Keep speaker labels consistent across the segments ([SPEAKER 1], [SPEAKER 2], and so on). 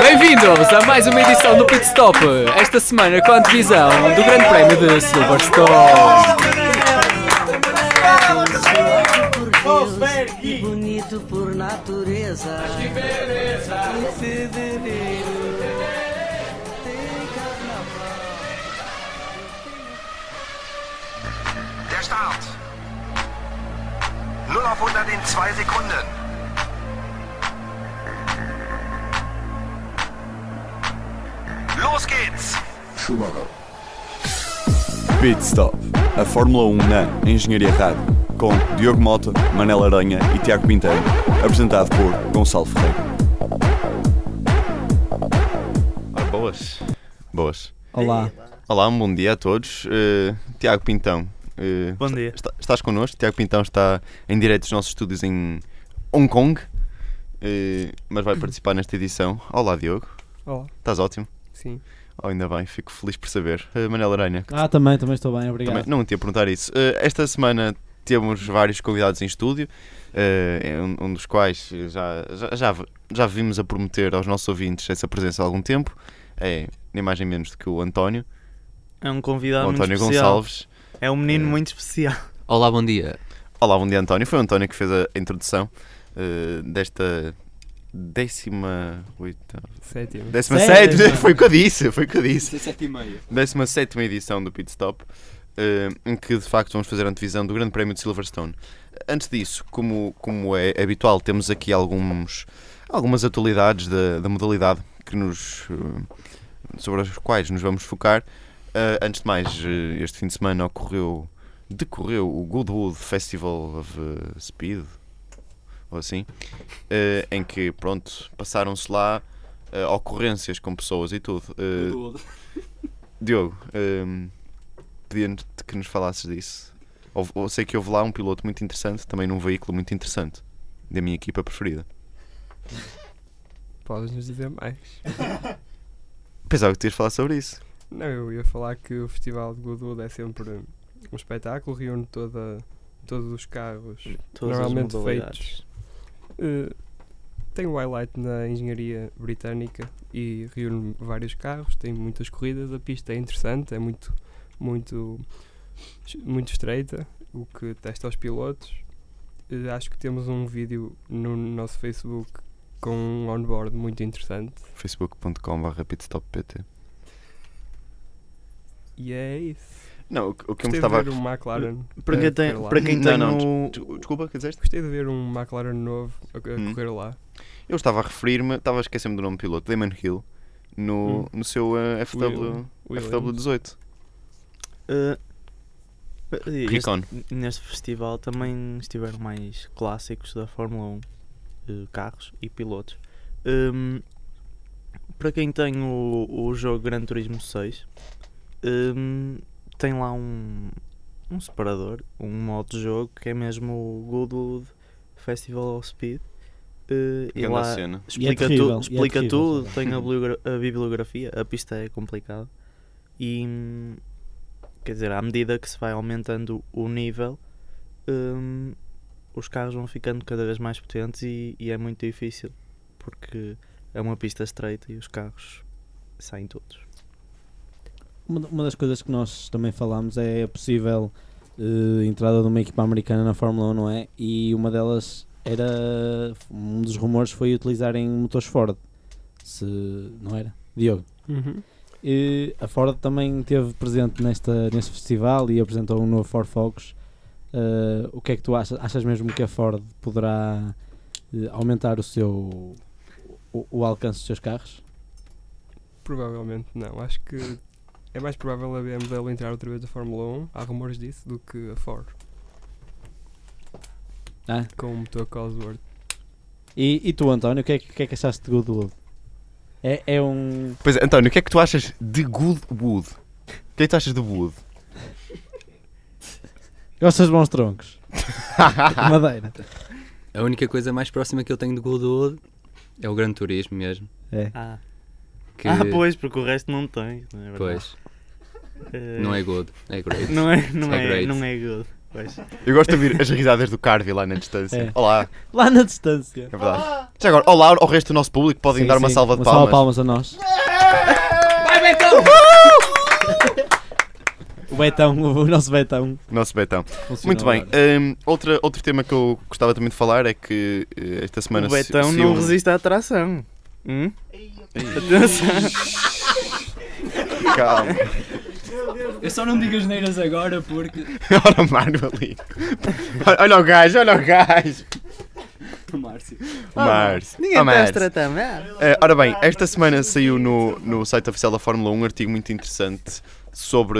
[SPEAKER 1] bem-vindos a mais uma edição do Pit Stop. Esta semana com a divisão do Grande Prémio de Silverstone.
[SPEAKER 2] E bonito por natureza. Mas que
[SPEAKER 3] Der Start. 0 auf 100 in 2 Sekunden. Los geht's.
[SPEAKER 4] Pit Stop, a Fórmula 1 na Engenharia Rádio, com Diogo Mota, Manela Aranha e Tiago Pinteiro, apresentado por Gonçalo Ferreira.
[SPEAKER 5] Ora, Ah, boas. Boas.
[SPEAKER 1] Olá.
[SPEAKER 5] Olá, um bom dia a todos. Eh, Tiago Pintão. eh,
[SPEAKER 6] Bom dia.
[SPEAKER 5] está- estás connosco? Tiago Pintão está em direto dos nossos estúdios em Hong Kong, eh, mas vai participar nesta edição. Olá, Diogo.
[SPEAKER 7] Olá.
[SPEAKER 5] Estás ótimo?
[SPEAKER 7] Sim.
[SPEAKER 5] Oh, ainda bem, fico feliz por saber. Eh, Manela Aranha.
[SPEAKER 8] Ah, também, também estou bem,
[SPEAKER 5] Também-
[SPEAKER 8] obrigado.
[SPEAKER 5] não te ia perguntar isso. Eh, esta semana temos vários convidados em estúdio, eh, um, um dos quais já, já, já, já vimos a prometer aos nossos ouvintes essa presença há algum tempo. É nem mais nem menos do que o António,
[SPEAKER 6] É um
[SPEAKER 5] o
[SPEAKER 6] convidado
[SPEAKER 5] António
[SPEAKER 6] muito especial.
[SPEAKER 5] Gonçalves.
[SPEAKER 6] É um menino muito especial.
[SPEAKER 1] Olá, bom dia.
[SPEAKER 5] Olá, bom dia António. Foi o António que fez a introdução eh, desta décima oitava.
[SPEAKER 7] Sétimo.
[SPEAKER 5] Décima
[SPEAKER 8] Sétima.
[SPEAKER 5] sétima, foi o que eu disse, foi o que eu disse.
[SPEAKER 1] 17 e meia.
[SPEAKER 5] 17 edição do Pit Stop, eh, em que de facto vamos fazer a antevisão do Grande Prémio de Silverstone. Antes disso, como, como é habitual, temos aqui alguns, algumas atualidades da, da modalidade que nos, eh, sobre as quais nos vamos focar. Eh, antes de mais, eh, este fim de semana ocorreu, decorreu o Goodwood Festival of eh, Speed, ou assim, eh, em que, pronto, passaram-se lá eh, ocorrências com pessoas e tudo. Eh, Diogo, hum, pedia-te que nos falasses disso. Houve- eu sei que houve lá um piloto muito interessante, também num veículo muito interessante, da minha equipa preferida.
[SPEAKER 7] Podes nos dizer mais.
[SPEAKER 5] Pensava que tu ias falar sobre isso.
[SPEAKER 7] Não, eu ia falar que o Festival de Goodwood é sempre um espetáculo, reúne toda, todos os carros.
[SPEAKER 6] Todas
[SPEAKER 7] Normalmente
[SPEAKER 6] as modalidades.
[SPEAKER 7] Eh, tem o highlight na engenharia britânica e reúne vários carros, tem muitas corridas, a pista é interessante, é muito, muito, muito estreita, o que testa os pilotos. Eh, acho que temos um vídeo no nosso Facebook com um onboard muito interessante.
[SPEAKER 5] facebook.com.br pitstoppt
[SPEAKER 7] E é isso.
[SPEAKER 5] Não, o, que- o que eu me
[SPEAKER 7] Gostei
[SPEAKER 5] estava...
[SPEAKER 7] de ver um McLaren.
[SPEAKER 6] Para
[SPEAKER 7] a
[SPEAKER 6] quem tem,
[SPEAKER 7] correr lá.
[SPEAKER 6] para quem
[SPEAKER 5] Não,
[SPEAKER 6] tem
[SPEAKER 5] não,
[SPEAKER 6] no-
[SPEAKER 5] Desculpa, Desculpa, que disseste?
[SPEAKER 7] Gostei de ver um McLaren novo a, a
[SPEAKER 5] Hum.
[SPEAKER 7] correr lá.
[SPEAKER 5] Eu estava a referir-me, estava a esquecer-me do nome do piloto, Damon Hill, no,
[SPEAKER 7] Hum.
[SPEAKER 5] no seu eh,
[SPEAKER 7] Will-
[SPEAKER 5] FW,
[SPEAKER 7] Williams.
[SPEAKER 5] FW18.
[SPEAKER 6] Eh, eh, este-
[SPEAKER 5] Ricon.
[SPEAKER 6] neste festival também estiveram mais clássicos da Fórmula 1, eh, carros e pilotos. Hum, para quem tem o, o jogo Gran Turismo 6, hum, tem lá um, um separador, um modo de jogo que é mesmo o Goodwood Festival of Speed. eh, e
[SPEAKER 5] Grande
[SPEAKER 6] lá
[SPEAKER 5] cena.
[SPEAKER 6] explica,
[SPEAKER 8] terrível, e é
[SPEAKER 6] tudo, explica
[SPEAKER 8] terrível,
[SPEAKER 6] tudo,
[SPEAKER 8] sabe?
[SPEAKER 6] tem a, bibliogra- a bibliografia, a pista é complicada e hum, quer dizer, à medida que se vai aumentando o nível, hum, os carros vão ficando cada vez mais potentes e, e é muito difícil porque é uma pista estreita e os carros saem todos.
[SPEAKER 8] Uma, uma das coisas que nós também falámos é a possível eh, entrada de uma equipa americana na Fórmula 1, não é? E uma delas era. Um dos rumores foi utilizarem motores Ford. Se. Não era? Diogo.
[SPEAKER 7] Uhum.
[SPEAKER 8] E a Ford também esteve presente nesta, neste festival e apresentou um novo Ford Focus. Eh, o que é que tu achas? Achas mesmo que a Ford poderá eh, aumentar o seu. O, o alcance dos seus carros?
[SPEAKER 7] Provavelmente não. Acho que é mais provável a BMW entrar outra vez na Fórmula 1, há rumores disso, do que a Ford.
[SPEAKER 8] Ah.
[SPEAKER 7] Com o motor Cosworth.
[SPEAKER 8] E, e tu, António, o que é, que- o que é que achaste de Goodwood? É, é um.
[SPEAKER 5] Pois é, António, o que é que tu achas de Goodwood? O que é que tu achas de Wood?
[SPEAKER 8] Gostas de bons troncos? Madeira.
[SPEAKER 1] A única coisa mais próxima que eu tenho de Goodwood é o Gran Turismo mesmo.
[SPEAKER 8] É.
[SPEAKER 6] Ah,
[SPEAKER 1] Que,
[SPEAKER 6] pois, porque o resto não tem, não é verdade?
[SPEAKER 1] pois, não é Good, é Great.
[SPEAKER 6] Não é, não
[SPEAKER 1] É
[SPEAKER 6] é,
[SPEAKER 1] great.
[SPEAKER 6] não é good. Pois.
[SPEAKER 5] Eu gosto de ouvir as risadas do Carvi lá na distância.
[SPEAKER 8] É.
[SPEAKER 5] Olá,
[SPEAKER 8] Lá na distância.
[SPEAKER 5] é verdade. Já agora, olá ao resto do nosso público, podem
[SPEAKER 8] Sim,
[SPEAKER 5] dar uma
[SPEAKER 8] sim,
[SPEAKER 5] salva de
[SPEAKER 8] uma
[SPEAKER 5] palmas.
[SPEAKER 8] palmas a nós.
[SPEAKER 1] Vai, então! Betão!
[SPEAKER 8] O Betão, o nosso Betão.
[SPEAKER 5] Nosso Betão.
[SPEAKER 8] funcionou
[SPEAKER 5] Muito bem,
[SPEAKER 8] agora.
[SPEAKER 5] hum, outra, outro tema que eu gostava também de falar é que eh, esta semana
[SPEAKER 6] o
[SPEAKER 5] se-
[SPEAKER 6] Betão
[SPEAKER 5] se
[SPEAKER 6] não
[SPEAKER 5] o-
[SPEAKER 6] resiste à atração. Hum? Atenção.
[SPEAKER 5] Calma.
[SPEAKER 1] Eu só não digo as neiras agora porque.
[SPEAKER 5] Olha o Mário ali. Olha o gajo, olha o gajo.
[SPEAKER 1] Márcio.
[SPEAKER 5] O Márcio.
[SPEAKER 6] Ninguém
[SPEAKER 5] Oh,
[SPEAKER 6] está a
[SPEAKER 5] Márcio.
[SPEAKER 6] tratar
[SPEAKER 5] Eh, ora bem, esta semana saiu no, no site oficial da Fórmula 1 um artigo muito interessante sobre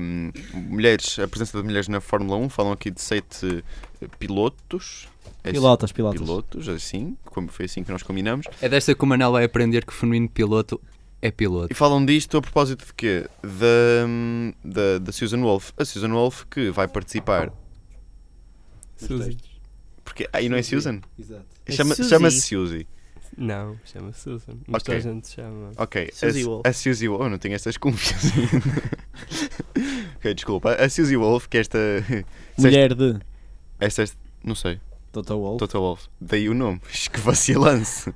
[SPEAKER 5] hum, mulheres, a presença de mulheres na Fórmula 1. Falam aqui de sete eh, pilotos. É isso?
[SPEAKER 8] Pilotas, pilotas.
[SPEAKER 5] Pilotos, assim, como foi assim que nós combinamos.
[SPEAKER 1] É desta que o Manel vai aprender que o feminino piloto é piloto.
[SPEAKER 5] E falam disto a propósito de quê? Da, hum, da, da Susan Wolf. A Susan Wolf que vai participar.
[SPEAKER 7] Suzy.
[SPEAKER 5] Porque aí não é Susan?
[SPEAKER 8] Exato.
[SPEAKER 6] É
[SPEAKER 5] Chama-
[SPEAKER 6] Suzy.
[SPEAKER 5] Chama-se Suzy.
[SPEAKER 7] Não, chama Susan. Mas
[SPEAKER 5] Ok.
[SPEAKER 7] toda a gente chama.
[SPEAKER 5] Ok,
[SPEAKER 6] Suzy
[SPEAKER 5] a, Su-
[SPEAKER 6] Wolf.
[SPEAKER 5] a Suzy Wolf. Eu não tenho estas cúmplices ok, desculpa. A Suzy Wolf, que esta.
[SPEAKER 8] Mulher de
[SPEAKER 5] Esta, esta- não sei.
[SPEAKER 8] Toto Tota Wolff.
[SPEAKER 5] Total Wolf. Daí o nome. Que vacilance.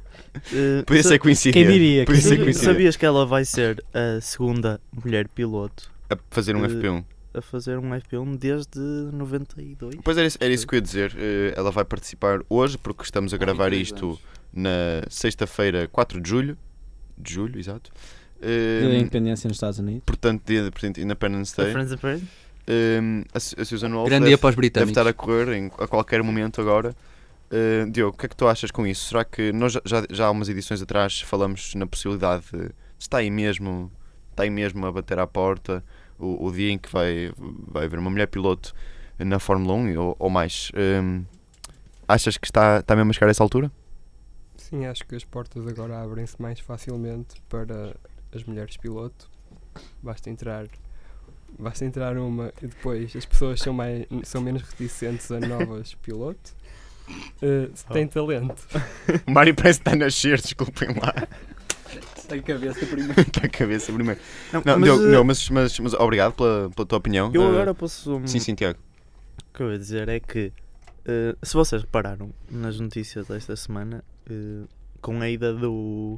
[SPEAKER 5] Podia
[SPEAKER 6] Sa-
[SPEAKER 5] ser é coincidência.
[SPEAKER 8] Quem diria?
[SPEAKER 5] Podia ser
[SPEAKER 8] Quem diria?
[SPEAKER 5] coincidência.
[SPEAKER 6] Sabias que ela vai ser a segunda mulher piloto
[SPEAKER 5] A fazer um
[SPEAKER 6] Eh,
[SPEAKER 5] FP1.
[SPEAKER 6] a fazer um F1 desde 92?
[SPEAKER 5] Pois era, isso- era isso que eu ia dizer. Eh, Ela vai participar hoje, porque estamos a gravar isto na sexta-feira, 4 de julho. De julho, exato. Eh,
[SPEAKER 8] Dia da Independência nos Estados Unidos.
[SPEAKER 5] portanto, dia de portanto, Independence
[SPEAKER 6] A
[SPEAKER 5] Day.
[SPEAKER 6] Friends and Friends?
[SPEAKER 5] Eh, a Su- a Susan Wolf.
[SPEAKER 1] Grande
[SPEAKER 5] deve-
[SPEAKER 1] dia para os
[SPEAKER 5] deve
[SPEAKER 1] britânicos.
[SPEAKER 5] estar a correr em, a qualquer momento agora. Uh, Diogo, o que é que tu achas com isso? Será que nós já- já, já há umas edições atrás falamos na possibilidade de está aí mesmo, está aí mesmo a bater à porta o, o dia em que vai, vai haver uma mulher piloto na Fórmula 1 ou, ou mais? Um, achas que está, está mesmo a chegar a essa altura?
[SPEAKER 7] Sim, acho que as portas agora abrem-se mais facilmente para as mulheres piloto. Basta entrar. Basta entrar uma e depois as pessoas são, mais, são menos reticentes a novas piloto. Eh, se
[SPEAKER 8] Oh.
[SPEAKER 7] tem talento.
[SPEAKER 5] O Mário parece que está a nascer, desculpem lá,
[SPEAKER 1] Tem cabeça primeiro.
[SPEAKER 5] está a cabeça primeiro. Não,
[SPEAKER 6] mas,
[SPEAKER 5] Diogo,
[SPEAKER 6] eh,
[SPEAKER 5] não, mas, mas, mas obrigado pela, pela tua opinião.
[SPEAKER 6] Eu
[SPEAKER 5] Uh,
[SPEAKER 6] agora posso.
[SPEAKER 5] Sim, sim, Tiago.
[SPEAKER 6] O que eu ia dizer é que, eh, se vocês repararam nas notícias desta semana, eh, com a ida do,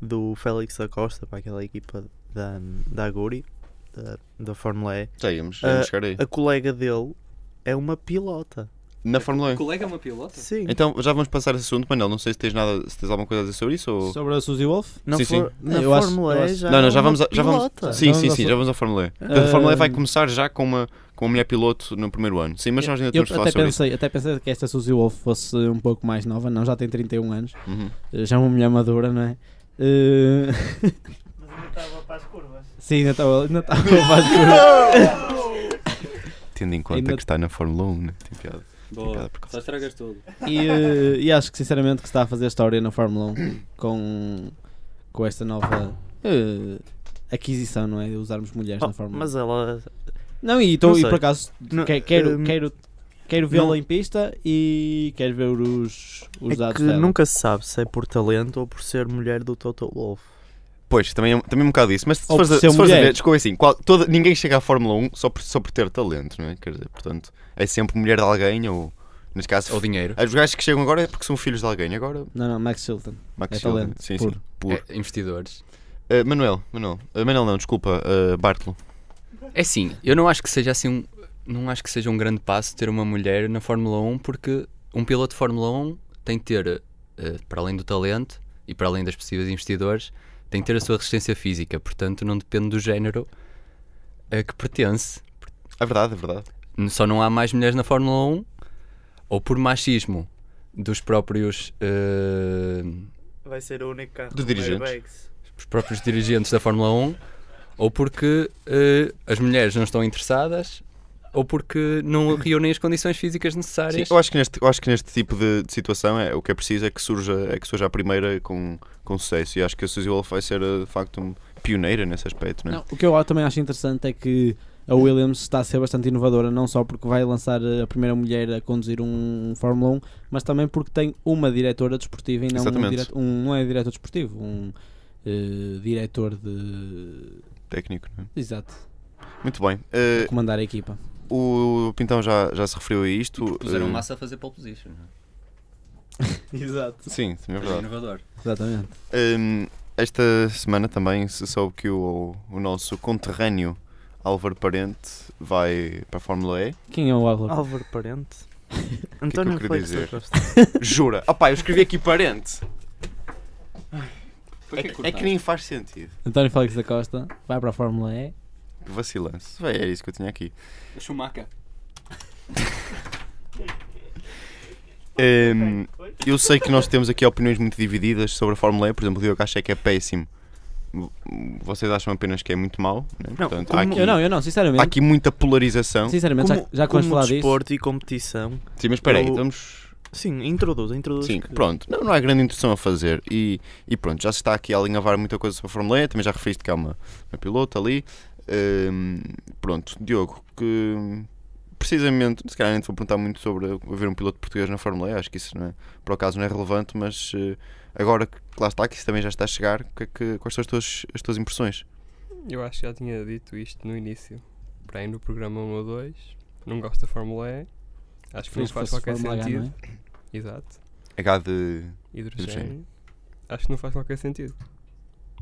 [SPEAKER 6] do Félix da Costa para aquela equipa da, da Aguri, da, da Fórmula E,
[SPEAKER 5] Já íamos, já íamos
[SPEAKER 6] Eh,
[SPEAKER 5] chegar aí.
[SPEAKER 6] a colega dele é uma pilota.
[SPEAKER 5] Na Fórmula 1.
[SPEAKER 1] colega é uma pilota?
[SPEAKER 6] Sim.
[SPEAKER 5] Então já vamos passar esse assunto, Manel. Não sei se tens nada, se tens alguma coisa a dizer sobre isso ou.
[SPEAKER 8] Sobre a Suzy Wolff.
[SPEAKER 6] na
[SPEAKER 5] sim, sim.
[SPEAKER 6] Flor- na
[SPEAKER 8] Eu acho-
[SPEAKER 6] Fórmula
[SPEAKER 8] eu
[SPEAKER 6] E
[SPEAKER 8] acho-
[SPEAKER 6] já.
[SPEAKER 5] não,
[SPEAKER 6] é
[SPEAKER 5] não, já
[SPEAKER 6] uma
[SPEAKER 5] vamos, a- já vamos.
[SPEAKER 6] pilota.
[SPEAKER 5] Sim,
[SPEAKER 8] Vamos
[SPEAKER 5] sim,
[SPEAKER 8] ao
[SPEAKER 5] sim,
[SPEAKER 8] assunto.
[SPEAKER 5] já Eh, vamos à Fórmula E. Portanto, a
[SPEAKER 8] Ah,
[SPEAKER 5] Fórmula E vai começar já com uma, com uma mulher piloto no primeiro ano. Sim, mas nós ainda
[SPEAKER 8] Eu
[SPEAKER 5] temos de falar
[SPEAKER 8] até
[SPEAKER 5] sobre isso.
[SPEAKER 8] pensei, até pensei que esta Suzy Wolff fosse um pouco mais nova, não, já tem 31 anos,
[SPEAKER 5] Uhum.
[SPEAKER 8] já é uma mulher madura, não é? Eh, Sim, ainda estava ainda estava para as curvas.
[SPEAKER 5] Tendo em conta
[SPEAKER 8] Ainda-
[SPEAKER 5] que está na Fórmula 1, né? tem piada. Tem piada por causa.
[SPEAKER 1] estragas tudo.
[SPEAKER 8] E, eh, e acho que sinceramente que está a fazer história na Fórmula 1 com, com esta nova eh, aquisição, não é? De usarmos mulheres
[SPEAKER 6] Oh,
[SPEAKER 8] na Fórmula 1.
[SPEAKER 6] mas ela.
[SPEAKER 8] Não, e, tô,
[SPEAKER 6] Não
[SPEAKER 8] e
[SPEAKER 6] sei.
[SPEAKER 8] por acaso
[SPEAKER 6] Não,
[SPEAKER 8] que- é quero,
[SPEAKER 6] hum,
[SPEAKER 8] quero, quero vê-la
[SPEAKER 6] não-
[SPEAKER 8] em pista e quero ver os, os
[SPEAKER 6] É
[SPEAKER 8] dados
[SPEAKER 6] que
[SPEAKER 8] dela.
[SPEAKER 6] nunca se sabe se é por talento ou por ser mulher do Toto Wolff.
[SPEAKER 5] Pois, também, é- também é um bocado isso. Mas se
[SPEAKER 8] Ou
[SPEAKER 5] fores,
[SPEAKER 8] por
[SPEAKER 5] a,
[SPEAKER 8] ser
[SPEAKER 5] se fores a
[SPEAKER 8] mulher.
[SPEAKER 5] ver, desculpa assim, qual- toda- ninguém chega à Fórmula 1 só por, só por ter talento, não é? Quer dizer, portanto, é sempre mulher de alguém ou, neste caso,
[SPEAKER 1] Ou dinheiro.
[SPEAKER 5] os gajos que chegam agora é porque são filhos de alguém. Agora,
[SPEAKER 8] Não, não, Max Chilton.
[SPEAKER 5] Max
[SPEAKER 8] É
[SPEAKER 5] Schilder.
[SPEAKER 8] talento
[SPEAKER 5] Sim, sim.
[SPEAKER 8] puro.
[SPEAKER 5] Puro.
[SPEAKER 1] É, investidores.
[SPEAKER 5] Eh, Manuel, Manuel. Eh, Manuel não, desculpa, eh, Bartolo.
[SPEAKER 1] É assim, eu não acho que seja assim um. Não acho que seja um grande passo ter uma mulher na Fórmula 1 porque um piloto de Fórmula 1 tem que ter, eh, para além do talento e para além das possíveis investidores, tem que ter a sua resistência física, portanto não depende do género a que pertence.
[SPEAKER 5] É verdade, é verdade.
[SPEAKER 1] só não há mais mulheres na Fórmula 1 ou por machismo dos próprios eh,
[SPEAKER 6] Vai ser o único carro
[SPEAKER 5] Dos com dirigentes.
[SPEAKER 1] dos próprios dirigentes da Fórmula 1 ou porque eh, as mulheres não estão interessadas ou porque não reúnem as condições físicas
[SPEAKER 5] Sim,
[SPEAKER 1] necessárias
[SPEAKER 5] eu acho que neste, eu acho que neste tipo de, de situação é, o que é preciso é que surja, é que surja a primeira com, com sucesso. E acho que a Suzy Wolf vai ser eh, de facto um- pioneira nesse aspecto, não é?
[SPEAKER 8] Não, o que eu também acho interessante é que a Williams está a ser bastante inovadora, não só porque vai lançar a primeira mulher a conduzir um Fórmula 1, mas também porque tem uma diretora desportiva e não, um,
[SPEAKER 5] Exatamente.
[SPEAKER 8] dire- um- não é diretor desportivo, um eh, diretor de.
[SPEAKER 5] Técnico, não é?
[SPEAKER 8] Exato,
[SPEAKER 5] Muito bem. Eh,
[SPEAKER 8] comandar a equipa.
[SPEAKER 5] o Pintão já, já se referiu a isto.
[SPEAKER 1] Puseram
[SPEAKER 5] eh,
[SPEAKER 1] massa a fazer pole position. não é?
[SPEAKER 8] Exato.
[SPEAKER 5] Sim, sim, é verdade.
[SPEAKER 1] Inovador.
[SPEAKER 8] Exatamente.
[SPEAKER 5] Hum, esta semana também se soube que o, o nosso conterrâneo Álvaro Parente vai para a Fórmula E.
[SPEAKER 8] Quem é o
[SPEAKER 7] Ah.
[SPEAKER 8] Álvaro?
[SPEAKER 6] Álvaro Parente. António
[SPEAKER 5] é queria
[SPEAKER 6] Freitas da
[SPEAKER 5] dizer?
[SPEAKER 6] Costa.
[SPEAKER 5] Jura? Opá, eu escrevi aqui Parente. É, que- é que nem faz sentido.
[SPEAKER 8] António Félix da Costa vai para a Fórmula E.
[SPEAKER 5] Vacilance. Vai, era é isso que eu tinha aqui.
[SPEAKER 1] Schumacher.
[SPEAKER 5] Hum, eu sei que nós temos aqui opiniões muito divididas sobre a Fórmula E. Por exemplo, o Diogo acha que é péssimo. V- Vocês acham apenas que é muito mau. Né? Portanto, há
[SPEAKER 6] como- um
[SPEAKER 5] aqui,
[SPEAKER 8] Eu não, eu não,
[SPEAKER 5] há
[SPEAKER 8] sinceramente.
[SPEAKER 5] aqui muita polarização. Sim,
[SPEAKER 8] Sinceramente, já, já que
[SPEAKER 6] como um
[SPEAKER 8] vais falar disso.
[SPEAKER 6] desporto e competição.
[SPEAKER 5] mas espera aí,
[SPEAKER 6] Eu-
[SPEAKER 5] estamos.
[SPEAKER 6] Sim, introduz, introduz.
[SPEAKER 5] Sim,
[SPEAKER 6] que-
[SPEAKER 5] pronto. Não, não há grande introdução a fazer. E, e pronto, já se está aqui a alinhavar muita coisa sobre a Fórmula E. Também já referiste que há uma, uma piloto ali. Hum, pronto, Diogo, que precisamente, se calhar nem te vou perguntar muito sobre haver um piloto português na Fórmula E. Acho que isso, não é, por acaso, não é relevante. Mas eh, agora que lá está, que isso também já está a chegar, que, é que- quais são as tuas, as tuas impressões?
[SPEAKER 7] Eu acho que já tinha dito isto no início. Para aí no programa 1 ou 2, não gosto da Fórmula E. Acho que não
[SPEAKER 8] Fez que
[SPEAKER 7] faz
[SPEAKER 8] fosse
[SPEAKER 7] qualquer
[SPEAKER 8] Fórmula H,
[SPEAKER 7] sentido.
[SPEAKER 8] não é?
[SPEAKER 7] Exato.
[SPEAKER 5] H de,
[SPEAKER 7] Hidrogênio. Acho que não faz qualquer sentido.
[SPEAKER 5] de,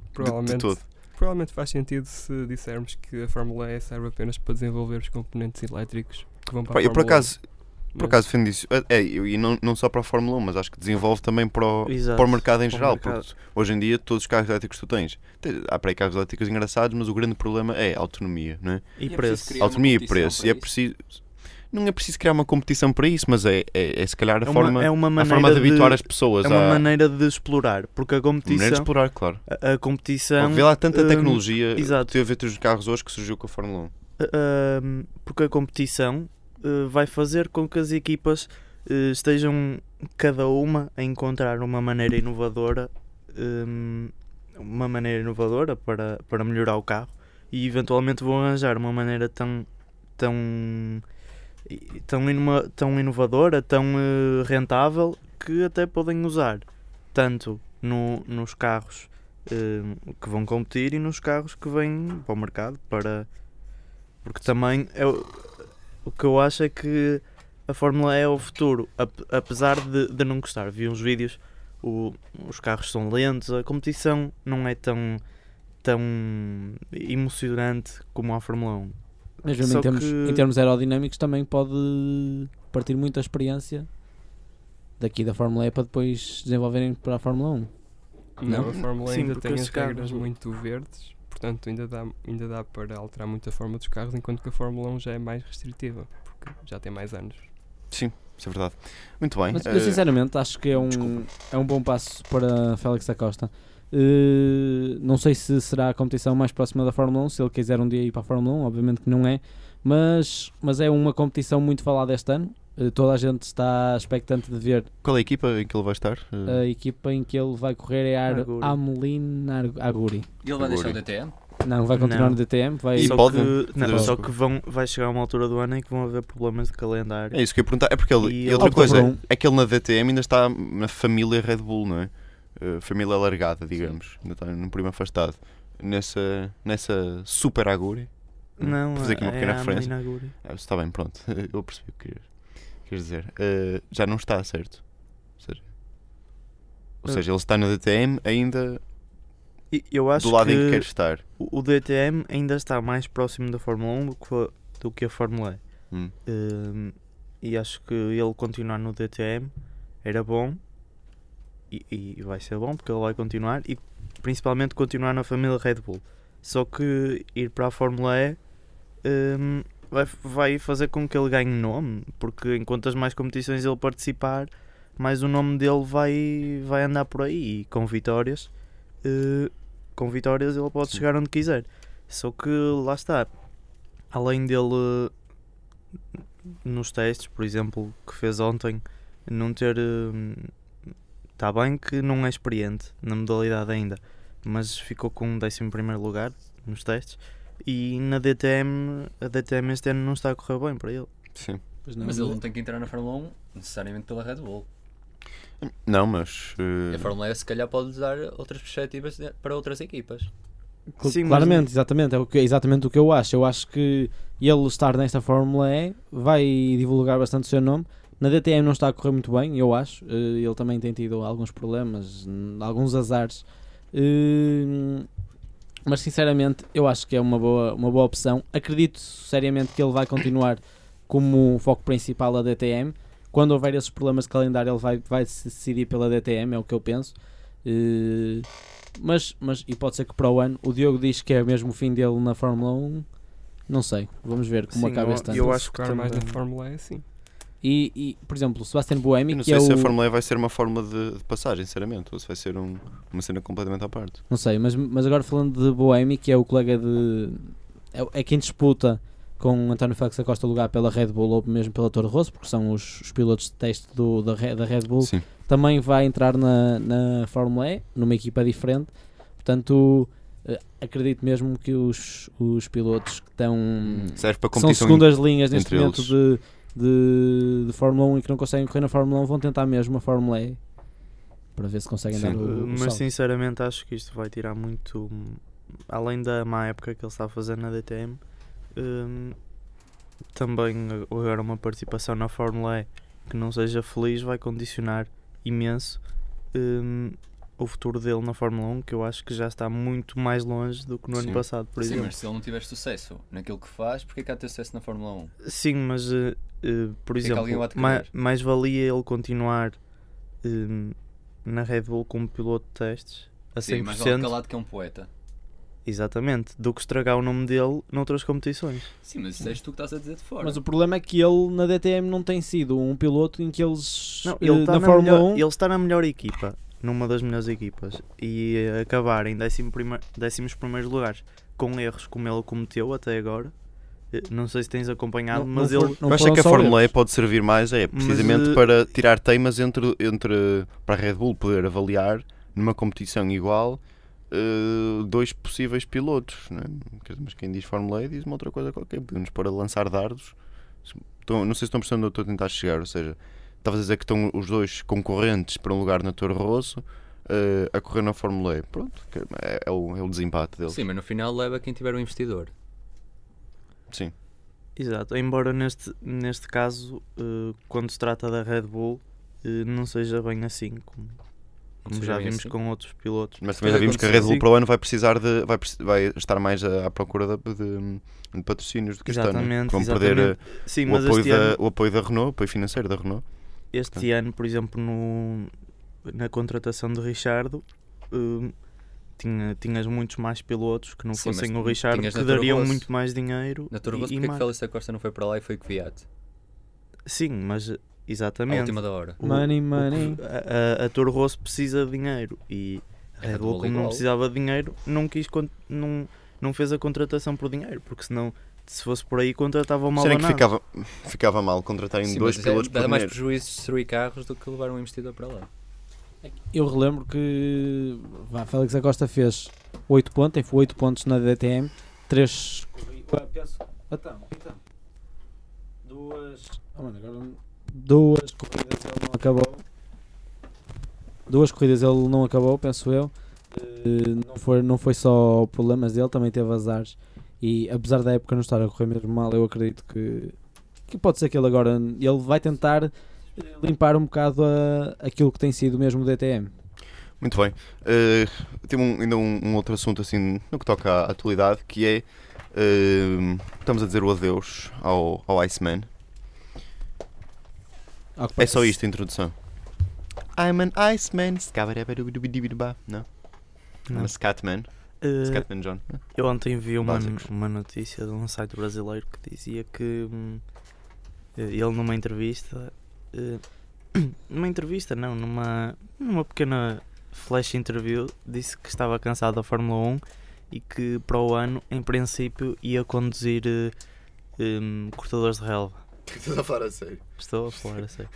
[SPEAKER 5] de
[SPEAKER 7] Provavelmente,
[SPEAKER 5] todo.
[SPEAKER 7] provavelmente faz sentido se dissermos que a Fórmula E serve apenas para desenvolver os componentes elétricos que vão para
[SPEAKER 5] Pá,
[SPEAKER 7] a
[SPEAKER 5] eu, por
[SPEAKER 7] Fórmula
[SPEAKER 5] acaso,
[SPEAKER 7] 1,
[SPEAKER 5] Por
[SPEAKER 7] mas-
[SPEAKER 5] acaso defendo isso. É, é, e não, não só para a Fórmula 1, mas acho que desenvolve também para o,
[SPEAKER 6] Exato,
[SPEAKER 5] para o mercado em
[SPEAKER 6] para o
[SPEAKER 5] geral.
[SPEAKER 6] mercado.
[SPEAKER 5] Porque hoje em dia todos os carros elétricos que tu tens. te- Há para aí carros elétricos engraçados, mas o grande problema é a autonomia, não é?
[SPEAKER 6] E
[SPEAKER 1] E é preciso
[SPEAKER 6] preço.
[SPEAKER 1] criar- uma
[SPEAKER 5] autonomia e
[SPEAKER 1] competição
[SPEAKER 5] preço.
[SPEAKER 1] para
[SPEAKER 5] E é
[SPEAKER 1] isso.
[SPEAKER 5] preciso. Não é preciso criar uma competição para isso, mas é, é, é se calhar a,
[SPEAKER 6] É uma-
[SPEAKER 5] forma,
[SPEAKER 6] é uma
[SPEAKER 5] a
[SPEAKER 6] maneira
[SPEAKER 5] forma de habituar
[SPEAKER 6] de-
[SPEAKER 5] as pessoas
[SPEAKER 6] É uma
[SPEAKER 5] à-
[SPEAKER 6] maneira de explorar, porque a
[SPEAKER 5] a maneira de
[SPEAKER 6] competição.
[SPEAKER 5] explorar, claro.
[SPEAKER 6] A, a competição.
[SPEAKER 5] Vê lá tanta
[SPEAKER 6] hum,
[SPEAKER 5] tecnologia
[SPEAKER 6] exato.
[SPEAKER 5] que teve entre os carros hoje que surgiu com a Fórmula 1.
[SPEAKER 6] Ahm, porque a competição eh, vai fazer com que as equipas eh, estejam cada uma a encontrar uma maneira inovadora hum, uma maneira inovadora para, para melhorar o carro e eventualmente vão arranjar uma maneira tão tão i- tão, inuma- tão inovadora tão eh, rentável que até podem usar tanto no- nos carros hum, que vão competir e nos carros que vêm para o mercado para porque também é o, o que eu acho é que a Fórmula E é o futuro, ap- apesar de, de não gostar. Vi uns vídeos, o- os carros são lentos, a competição não é tão, tão emocionante como a Fórmula 1.
[SPEAKER 8] Mas mesmo
[SPEAKER 6] Só
[SPEAKER 8] em termos,
[SPEAKER 6] que-
[SPEAKER 8] em termos aerodinâmicos também pode partir muito a experiência daqui da Fórmula E para depois desenvolverem para a Fórmula 1.
[SPEAKER 7] Não,
[SPEAKER 5] hum,
[SPEAKER 8] Não?
[SPEAKER 7] a Fórmula E
[SPEAKER 6] Sim,
[SPEAKER 7] ainda
[SPEAKER 6] porque
[SPEAKER 7] tem
[SPEAKER 6] esses
[SPEAKER 7] as regras
[SPEAKER 6] carros-
[SPEAKER 7] muito verdes, portanto ainda dá, ainda dá para alterar muito a forma dos carros, enquanto que a Fórmula 1 já é mais restritiva, porque já tem mais anos.
[SPEAKER 5] Isso é verdade. Muito bem.
[SPEAKER 8] Mas
[SPEAKER 5] eh,
[SPEAKER 8] eu sinceramente acho que é um, é um bom passo para Félix da Costa. Eh, não sei se será a competição mais próxima da Fórmula 1, se ele quiser um dia ir para a Fórmula 1, obviamente que não é, mas, mas é uma competição muito falada este ano. Eh, toda a gente está expectante de ver
[SPEAKER 5] qual é a equipa em que ele vai estar? Eh,
[SPEAKER 8] a equipa em que ele vai correr é a Ar-
[SPEAKER 6] Aguri.
[SPEAKER 8] Amelin Ar- Aguri.
[SPEAKER 1] E ele vai deixar o
[SPEAKER 5] Agora.
[SPEAKER 1] DTM?
[SPEAKER 8] Não, vai continuar
[SPEAKER 6] Não.
[SPEAKER 8] no DTM, vai
[SPEAKER 5] E
[SPEAKER 6] só
[SPEAKER 5] podem
[SPEAKER 6] que, não,
[SPEAKER 5] fazer
[SPEAKER 6] só
[SPEAKER 5] isso.
[SPEAKER 6] que vão, vai chegar uma altura do ano em que vão haver problemas de calendário.
[SPEAKER 5] É isso que eu ia perguntar. É porque ele,
[SPEAKER 6] E
[SPEAKER 5] e
[SPEAKER 6] ele
[SPEAKER 5] outra
[SPEAKER 8] optou
[SPEAKER 5] coisa,
[SPEAKER 8] por um.
[SPEAKER 5] é que ele na DTM ainda está na família Red Bull, não é? Eh, família alargada, digamos. Ainda está num primo afastado. Nessa, nessa super aguri. hum,
[SPEAKER 6] Não,
[SPEAKER 5] Fazer aqui uma
[SPEAKER 6] é
[SPEAKER 5] pequena
[SPEAKER 6] a
[SPEAKER 5] referência.
[SPEAKER 6] Amelina Guri.
[SPEAKER 5] Ah, está bem, pronto. Eu percebi o que querias, querias dizer. Eh, já não está, certo? Ou seja, ou
[SPEAKER 6] Eh.
[SPEAKER 5] seja, ele está na DTM ainda
[SPEAKER 6] E Eu acho
[SPEAKER 5] do lado
[SPEAKER 6] que
[SPEAKER 5] em que quer estar.
[SPEAKER 6] O o DTM ainda está mais próximo da Fórmula 1 do que a, do que a Fórmula E.
[SPEAKER 5] Hum.
[SPEAKER 6] Hum, e acho que ele continuar no DTM era bom e, e vai ser bom porque ele vai continuar e principalmente continuar na família Red Bull. Só que ir para a Fórmula E hum, vai, vai fazer com que ele ganhe nome, porque enquanto as mais competições ele participar, mais o nome dele vai, vai andar por aí e com vitórias. eh, com vitórias ele pode chegar onde quiser. Só que lá está. Além dele eh, nos testes, por exemplo, que fez ontem, não ter. Está bem que não é experiente na modalidade ainda, mas ficou com 11 lugar nos testes. E na DTM, a DTM este ano não está a correr bem para ele.
[SPEAKER 5] Sim.
[SPEAKER 8] Pois não, é?
[SPEAKER 1] Mas ele não tem que entrar na Fórmula 1 necessariamente pela Red Bull.
[SPEAKER 5] Não, mas. eh,
[SPEAKER 1] A Fórmula E se calhar pode dar outras perspectivas de- para outras equipas.
[SPEAKER 8] Cl-
[SPEAKER 6] Sim, mas-
[SPEAKER 8] claramente, exatamente, é o que, é exatamente o que eu acho. Eu acho que E ele estar nesta Fórmula E vai divulgar bastante o seu nome. Na DTM não está a correr muito bem, eu acho. Eh, ele também tem tido alguns problemas, hum, alguns azares. Eh, mas sinceramente, eu acho que é uma boa, uma boa opção. Acredito seriamente que ele vai continuar como foco principal a DTM. Quando houver esses problemas de calendário, ele vai, vai se decidir pela DTM, é o que eu penso. Eh, mas, mas, e pode ser que para o ano, o Diogo diz que é mesmo o fim dele na Fórmula 1. Não sei, vamos ver como
[SPEAKER 7] Sim,
[SPEAKER 8] acaba
[SPEAKER 7] eu-
[SPEAKER 8] este ano.
[SPEAKER 6] eu
[SPEAKER 7] Se
[SPEAKER 6] acho que
[SPEAKER 7] focar mais na
[SPEAKER 6] também-
[SPEAKER 7] Fórmula E, sim.
[SPEAKER 8] E, e, por exemplo, o Sebastian
[SPEAKER 5] Eu
[SPEAKER 8] Buemi,
[SPEAKER 5] não
[SPEAKER 8] que é
[SPEAKER 5] sei
[SPEAKER 8] o...
[SPEAKER 5] se a Fórmula E vai ser uma forma de, de passagem, sinceramente, ou se vai ser um- uma cena completamente à parte.
[SPEAKER 8] Não sei, mas, mas agora falando de Boemi, que é o colega de. É, o- é quem disputa com António Félix da Costa o lugar pela Red Bull ou mesmo pela Toro Rosso, porque são os, os pilotos de teste do, da, Re- da Red Bull,
[SPEAKER 5] Sim.
[SPEAKER 8] também vai entrar na, na Fórmula E, numa equipa diferente. Portanto, eh, acredito mesmo que os, os pilotos que estão.
[SPEAKER 5] Hum. Serve para
[SPEAKER 8] que são
[SPEAKER 5] competição.
[SPEAKER 8] segundas linhas neste
[SPEAKER 5] entre
[SPEAKER 8] momento
[SPEAKER 5] eles.
[SPEAKER 8] de, de, de Fórmula 1 e que não conseguem correr na Fórmula 1 vão tentar mesmo a Fórmula E para ver se conseguem
[SPEAKER 5] Sim.
[SPEAKER 8] dar o,
[SPEAKER 6] Uh,
[SPEAKER 8] o
[SPEAKER 6] mas
[SPEAKER 8] salto.
[SPEAKER 6] sinceramente acho que isto vai tirar muito. hum, Além da má época que ele está a fazer na DTM, hum, também uh, agora uma participação na Fórmula E que não seja feliz vai condicionar imenso hum, o futuro dele na Fórmula 1, que eu acho que já está muito mais longe do que no
[SPEAKER 5] Sim.
[SPEAKER 6] ano passado, por
[SPEAKER 1] Sim,
[SPEAKER 6] exemplo.
[SPEAKER 1] mas se ele não tiver sucesso naquilo que faz, porque é que há de ter sucesso na Fórmula 1?
[SPEAKER 6] Sim, mas eh, eh, por
[SPEAKER 1] que alguém o
[SPEAKER 6] exemplo,
[SPEAKER 1] há um de
[SPEAKER 6] ma-
[SPEAKER 1] querer.
[SPEAKER 6] mais valia ele continuar hum, na Red Bull como piloto de testes a 100%,
[SPEAKER 1] Sim, mas vale calado que é um poeta.
[SPEAKER 6] exatamente, do que estragar o nome dele noutras competições.
[SPEAKER 1] Sim, mas isso és tu que estás a dizer de fora.
[SPEAKER 8] Mas o problema é que ele na DTM não tem sido um piloto em que eles
[SPEAKER 6] Não,
[SPEAKER 8] eh,
[SPEAKER 6] ele, está
[SPEAKER 8] na
[SPEAKER 6] na
[SPEAKER 8] Fórmula
[SPEAKER 6] melhor,
[SPEAKER 8] 1
[SPEAKER 6] ele está na melhor equipa, numa das melhores equipas, e eh, acabar em décimo primeiro- décimos primeiros lugares com erros como ele cometeu até agora. eh, Não sei se tens acompanhado,
[SPEAKER 8] não,
[SPEAKER 6] mas
[SPEAKER 8] não
[SPEAKER 6] ele.
[SPEAKER 8] for- não
[SPEAKER 5] Eu acho é
[SPEAKER 8] foram
[SPEAKER 5] que a
[SPEAKER 8] só
[SPEAKER 5] Fórmula E
[SPEAKER 8] erros.
[SPEAKER 5] pode servir mais é
[SPEAKER 6] Mas,
[SPEAKER 5] precisamente
[SPEAKER 6] eh,
[SPEAKER 5] para tirar teimas entre, entre para a Red Bull poder avaliar numa competição igual eh, dois possíveis pilotos, não é? Quer dizer, mas quem diz Fórmula E diz uma outra coisa qualquer, podemos pôr a lançar dardos. Se- estão- não sei se estão percebendo onde eu estou a tentar chegar, ou seja, estavas a dizer que estão os dois concorrentes para um lugar na Toro Rosso eh, a correr na Fórmula E. Pronto, que é, é o, é o desempate deles.
[SPEAKER 1] Sim, mas no final leva quem tiver um investidor.
[SPEAKER 5] Sim.
[SPEAKER 6] Exato, embora neste, neste caso, eh, quando se trata da Red Bull, eh, não seja bem assim, como, como
[SPEAKER 1] seja
[SPEAKER 6] já
[SPEAKER 1] bem
[SPEAKER 6] vimos
[SPEAKER 1] assim.
[SPEAKER 6] com outros pilotos.
[SPEAKER 5] Mas também já vimos que a Red Bull para o ano vai precisar de. vai, precis- vai estar mais à, à procura de, de- de patrocínios do que este ano.
[SPEAKER 6] Exatamente,
[SPEAKER 5] que Vão perder eh,
[SPEAKER 6] exatamente. Sim,
[SPEAKER 5] o,
[SPEAKER 6] mas
[SPEAKER 5] apoio
[SPEAKER 6] este,
[SPEAKER 5] da,
[SPEAKER 6] ano,
[SPEAKER 5] o apoio da Renault, o apoio financeiro da Renault.
[SPEAKER 6] este ano, por exemplo, no, na contratação de Richardo, eh, tinha, tinhas muitos mais pilotos que não
[SPEAKER 1] Sim, mas
[SPEAKER 6] fossem o
[SPEAKER 1] tinhas
[SPEAKER 6] Richardo,
[SPEAKER 1] na
[SPEAKER 6] que
[SPEAKER 1] Toro
[SPEAKER 6] dariam
[SPEAKER 1] Rosso.
[SPEAKER 6] muito mais dinheiro.
[SPEAKER 1] Na Toro
[SPEAKER 6] e-
[SPEAKER 1] Rosso, porque
[SPEAKER 6] e
[SPEAKER 1] é que
[SPEAKER 6] mais-
[SPEAKER 1] Félix da Costa não foi para lá e foi que Fiat?
[SPEAKER 6] Sim, mas eh,
[SPEAKER 1] À
[SPEAKER 6] exatamente.
[SPEAKER 1] última da hora.
[SPEAKER 6] O-
[SPEAKER 8] Money,
[SPEAKER 6] o que-
[SPEAKER 8] money.
[SPEAKER 6] A, a, a Toro Rosso precisa de dinheiro e a Red Bull, como não
[SPEAKER 1] igual.
[SPEAKER 6] precisava de dinheiro, não, quis, con- não, não fez a contratação por dinheiro, porque senão, se fosse por aí, contratava uma
[SPEAKER 5] Será que
[SPEAKER 6] banana.
[SPEAKER 5] ficava, ficava mal contratarem
[SPEAKER 1] Sim,
[SPEAKER 5] dois
[SPEAKER 1] mas é-
[SPEAKER 5] pilotos por
[SPEAKER 1] dá mais
[SPEAKER 5] dinheiro?
[SPEAKER 1] prejuízo destruir carros do que levar um investidor para lá.
[SPEAKER 8] Eu relembro que vá, Félix Acosta fez 8 pontos, tem 8 pontos na DTM, 3 então, então. Duas. Ah, mano, agora não- Duas corridas ele não acabou. Duas corridas ele não acabou, penso eu. Eh, Não foi, não foi só problemas dele, também teve azares. E apesar da época não estar a correr mesmo mal, eu acredito que, que pode ser que ele agora ele vai tentar eh, limpar um bocado a- aquilo que tem sido mesmo o DTM.
[SPEAKER 5] Muito bem. Eh, temos um- ainda um, um outro assunto assim no que toca à atualidade, que é eh, estamos a dizer o adeus ao, ao Iceman.
[SPEAKER 8] Ao que
[SPEAKER 5] É só
[SPEAKER 8] parece.
[SPEAKER 5] isto a introdução. I'm an Iceman. Scabarabadubidubidubá. Não?
[SPEAKER 6] Não.
[SPEAKER 5] I'm a Scatman.
[SPEAKER 6] Eh,
[SPEAKER 5] Scatman John.
[SPEAKER 6] eu ontem vi uma,
[SPEAKER 5] Básicos.
[SPEAKER 6] uma notícia de um site brasileiro que dizia que hum, eh, ele, numa entrevista, eh, numa entrevista, não, numa, numa pequena flash interview, disse que estava cansado da Fórmula 1 e que para o ano, em princípio, ia conduzir eh, hum, cortadores de relva.
[SPEAKER 5] Estás a falar a sério?
[SPEAKER 6] Estou a falar a sério.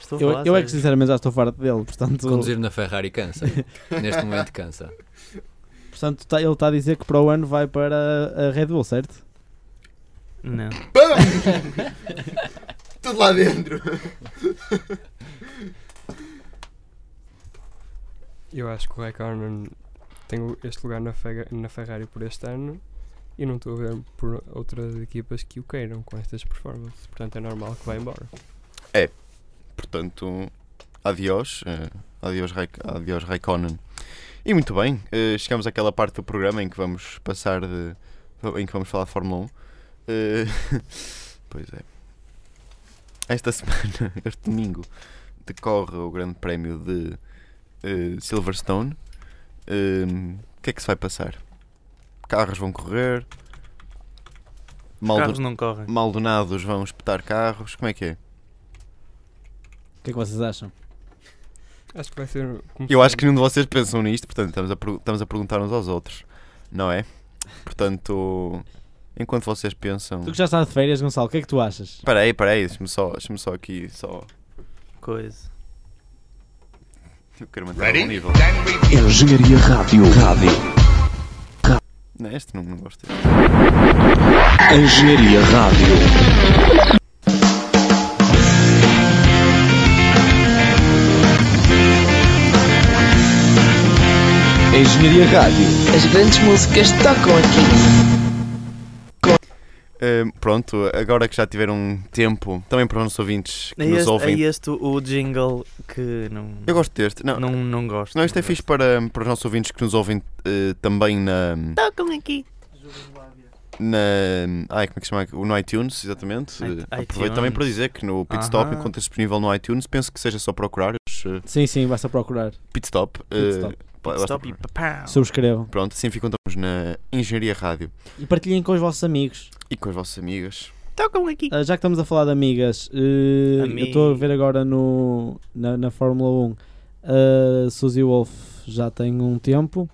[SPEAKER 6] Estou a
[SPEAKER 8] Eu,
[SPEAKER 6] falar a
[SPEAKER 8] eu é que
[SPEAKER 6] sério.
[SPEAKER 8] sinceramente já estou farto dele, portanto,
[SPEAKER 1] Conduzir na Ferrari cansa. Neste momento cansa.
[SPEAKER 8] portanto tá- ele está a dizer que para o ano vai para a Red Bull, certo?
[SPEAKER 6] Não.
[SPEAKER 5] Tudo lá dentro.
[SPEAKER 7] Eu acho que o Raikkonen tem o- este lugar na, Ferra- na Ferrari por este ano E não estou a ver por outras equipas que o queiram com estas performances. Portanto, é normal que vá embora.
[SPEAKER 5] Portanto, adiós, eh, adiós, Raik- adiós Raikkonen. E muito bem, eh, chegamos àquela parte do programa em que vamos passar de. em que vamos falar de Fórmula 1. Eh, pois é. Esta semana, este domingo, decorre o Grande Prémio de eh, Silverstone. Eh, o que é que se vai passar? Carros vão correr. Maldo-
[SPEAKER 6] Carros não correm.
[SPEAKER 5] Maldonados vão espetar carros. Como é que é?
[SPEAKER 8] O que é que vocês acham?
[SPEAKER 7] Acho que vai ser. como
[SPEAKER 5] Eu acho que
[SPEAKER 7] sempre.
[SPEAKER 5] nenhum de vocês pensam nisto, portanto, estamos a, pergu- estamos a perguntar uns aos outros, não é? Portanto, enquanto vocês pensam.
[SPEAKER 8] Tu que já está de férias, Gonçalo, o que é que tu achas?
[SPEAKER 5] Espera aí, espera aí, deixa-me só, deixa só aqui. Só...
[SPEAKER 6] Coisa.
[SPEAKER 5] Eu quero manter algum nível.
[SPEAKER 9] Engenharia Rádio. Rádio.
[SPEAKER 5] Não, este não, não gosto.
[SPEAKER 9] Engenharia Rádio.
[SPEAKER 4] Engenharia Rádio.
[SPEAKER 10] As grandes músicas tocam aqui.
[SPEAKER 5] Hum, pronto, agora que já tiveram tempo, também para os nossos ouvintes que
[SPEAKER 6] É
[SPEAKER 5] nos
[SPEAKER 6] este, é
[SPEAKER 5] ouvem.
[SPEAKER 6] este o- o jingle que não,
[SPEAKER 5] Eu gosto deste. Não,
[SPEAKER 6] não, não gosto.
[SPEAKER 5] não este é
[SPEAKER 6] não
[SPEAKER 5] fixe para, para os nossos ouvintes que nos ouvem eh, também na.
[SPEAKER 6] gosto. Tocam aqui.
[SPEAKER 5] na ai, como é que se chama? No iTunes, exatamente.
[SPEAKER 6] iTunes.
[SPEAKER 5] Eh, Aproveito também para dizer que no Pit Stop,
[SPEAKER 6] Aham.
[SPEAKER 5] enquanto é disponível no iTunes, penso que seja só procurar os eh,
[SPEAKER 8] Sim, sim, basta procurar.
[SPEAKER 5] Pit Stop. eh,
[SPEAKER 8] Pit Stop.
[SPEAKER 5] pá, basta
[SPEAKER 6] Stop e
[SPEAKER 5] procurar.
[SPEAKER 6] papau.
[SPEAKER 8] Subscrevam.
[SPEAKER 5] Pronto, assim ficam estamos na Engenharia Rádio
[SPEAKER 8] E partilhem com os vossos amigos.
[SPEAKER 5] e com as vossas amigas.
[SPEAKER 6] Tocam aqui.
[SPEAKER 8] Ah, já que estamos a falar de amigas, eh,
[SPEAKER 6] Ami-
[SPEAKER 8] eu estou a ver agora no, na, na Fórmula 1. A Suzy Wolf já tem um tempo.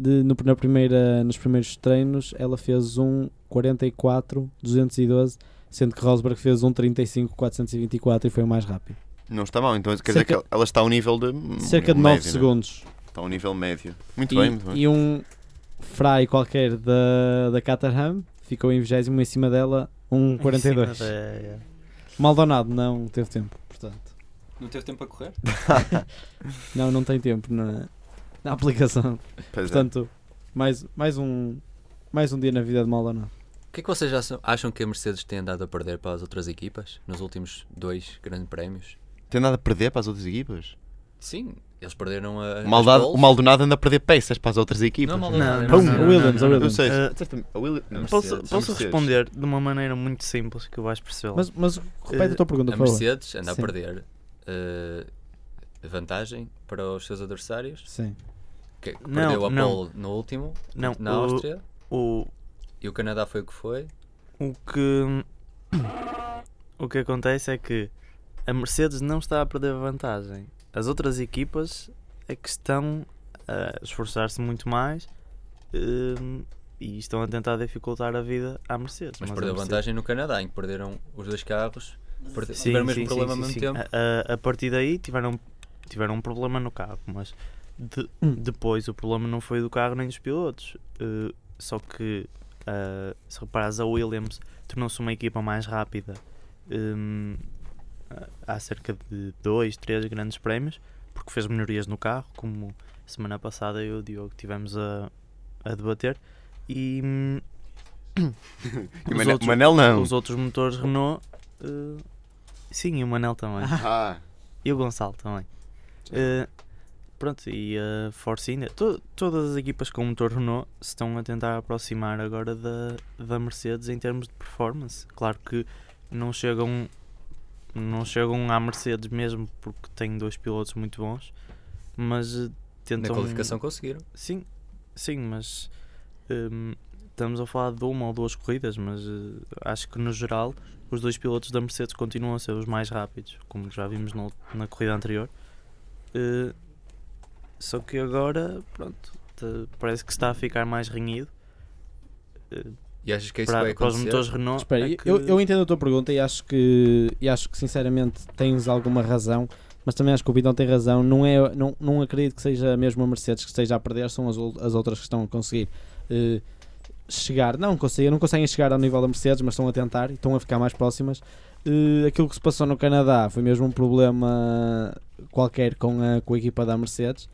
[SPEAKER 8] De- no, na primeira, nos primeiros treinos, ela fez um 44 212, sendo que Rosberg fez um 35 424 e foi o mais rápido.
[SPEAKER 5] Não está mal, então quer
[SPEAKER 8] Cerca-
[SPEAKER 5] dizer que ela está ao nível de.
[SPEAKER 8] Cerca de
[SPEAKER 5] médio,
[SPEAKER 8] 9
[SPEAKER 5] né?
[SPEAKER 8] segundos.
[SPEAKER 5] Está ao nível médio. Muito
[SPEAKER 8] E,
[SPEAKER 5] bem, muito bem.
[SPEAKER 8] e um Fry qualquer da, da Caterham ficou em 20 em cima dela, um 42.
[SPEAKER 6] Em cima da- é,
[SPEAKER 8] Maldonado não teve tempo, portanto.
[SPEAKER 1] Não teve tempo a correr?
[SPEAKER 8] Não, não tem tempo na, na aplicação.
[SPEAKER 5] Pois é.
[SPEAKER 8] Portanto, mais, mais, um, mais um dia na vida de Maldonado.
[SPEAKER 1] O que é que vocês acham- acham que a Mercedes tem andado a perder para as outras equipas nos últimos dois grandes prémios?
[SPEAKER 5] Tem nada a perder para as outras equipas?
[SPEAKER 1] Sim, eles perderam a.
[SPEAKER 5] O,
[SPEAKER 1] as
[SPEAKER 5] Maldado,
[SPEAKER 1] poles.
[SPEAKER 5] o Maldonado anda a perder peças para as outras equipas.
[SPEAKER 1] Não, o Maldonado. é
[SPEAKER 6] Não, não,
[SPEAKER 8] Pum,
[SPEAKER 1] Mercedes.
[SPEAKER 6] não, não,
[SPEAKER 8] Williams,
[SPEAKER 6] não,
[SPEAKER 8] a
[SPEAKER 6] não.
[SPEAKER 5] Ou seja,
[SPEAKER 6] Ah,
[SPEAKER 5] certamente- tipo, a Willi- não,
[SPEAKER 6] Posso,
[SPEAKER 5] Mercedes,
[SPEAKER 6] posso
[SPEAKER 5] Mercedes.
[SPEAKER 6] responder de uma maneira muito simples que eu vais perceber.
[SPEAKER 8] Mas, mas repete a tua pergunta,
[SPEAKER 1] A
[SPEAKER 8] por favor.
[SPEAKER 1] Mercedes anda
[SPEAKER 8] Sim.
[SPEAKER 1] a perder eh, vantagem para os seus adversários.
[SPEAKER 8] Sim.
[SPEAKER 1] Que
[SPEAKER 6] Não,
[SPEAKER 1] perdeu a
[SPEAKER 6] não.
[SPEAKER 1] pole no último,
[SPEAKER 6] Não,
[SPEAKER 1] na
[SPEAKER 6] o-
[SPEAKER 1] Áustria.
[SPEAKER 6] o,
[SPEAKER 1] E o Canadá foi o que foi.
[SPEAKER 6] o que o que acontece é que a Mercedes não está a perder vantagem. As outras equipas é que estão a esforçar-se muito mais hum, e estão a tentar dificultar a vida à Mercedes.
[SPEAKER 1] Mas,
[SPEAKER 6] a
[SPEAKER 1] perdeu
[SPEAKER 6] Mercedes-
[SPEAKER 1] vantagem no Canadá, em que perderam os dois carros. perde-
[SPEAKER 6] Sim,
[SPEAKER 1] tiveram o mesmo
[SPEAKER 6] sim,
[SPEAKER 1] problema
[SPEAKER 6] sim, Ah,
[SPEAKER 1] ao mesmo
[SPEAKER 6] sim, sim.
[SPEAKER 1] tempo.
[SPEAKER 6] A, a- a partir daí tiveram, tiveram um problema no carro, mas de- depois o problema não foi do carro nem dos pilotos. Eh, só que ah, se reparas, a Williams tornou-se uma equipa mais rápida hum, há- há cerca de dois, três grandes prémios, porque fez melhorias no carro, como semana passada eu e o Diogo tivemos a, a debater. E hum,
[SPEAKER 5] E
[SPEAKER 6] os
[SPEAKER 5] Manel,
[SPEAKER 6] outros-
[SPEAKER 5] Manel não.
[SPEAKER 6] os outros motores Renault. eh, sim, e o Manel também.
[SPEAKER 5] Ah,
[SPEAKER 6] E o Gonçalo também. Eh, pronto, e a Force India. To- todas as equipas com motor Renault se estão a tentar aproximar agora da, da Mercedes em termos de performance. Claro que não chegam, não chegam à Mercedes mesmo porque têm dois pilotos muito bons, mas eh,
[SPEAKER 1] Na
[SPEAKER 6] tentam.
[SPEAKER 1] qualificação conseguiram.
[SPEAKER 6] Sim, sim, mas hum, estamos a falar de uma ou duas corridas, mas eh, acho que no geral os dois pilotos da Mercedes continuam a ser os mais rápidos, como já vimos no- na corrida anterior. Eh, só que agora, pronto, te- parece que está a ficar mais renhido
[SPEAKER 1] E achas que isso vai
[SPEAKER 6] para, para os
[SPEAKER 1] acontecer?
[SPEAKER 6] motores Renault.
[SPEAKER 8] Espera,
[SPEAKER 6] é
[SPEAKER 8] eu-
[SPEAKER 6] que-
[SPEAKER 8] eu, eu entendo a tua pergunta e acho que, e acho que sinceramente tens alguma razão, mas também acho que o Pitão tem razão. Não, é, não, não acredito que seja mesmo a Mercedes que esteja a perder, são as, ou- as outras que estão a conseguir eh, chegar. Não, conseguem, não conseguem chegar ao nível da Mercedes, mas estão a tentar e estão a ficar mais próximas. Eh, aquilo que se passou no Canadá foi mesmo um problema qualquer com a, com a equipa da Mercedes,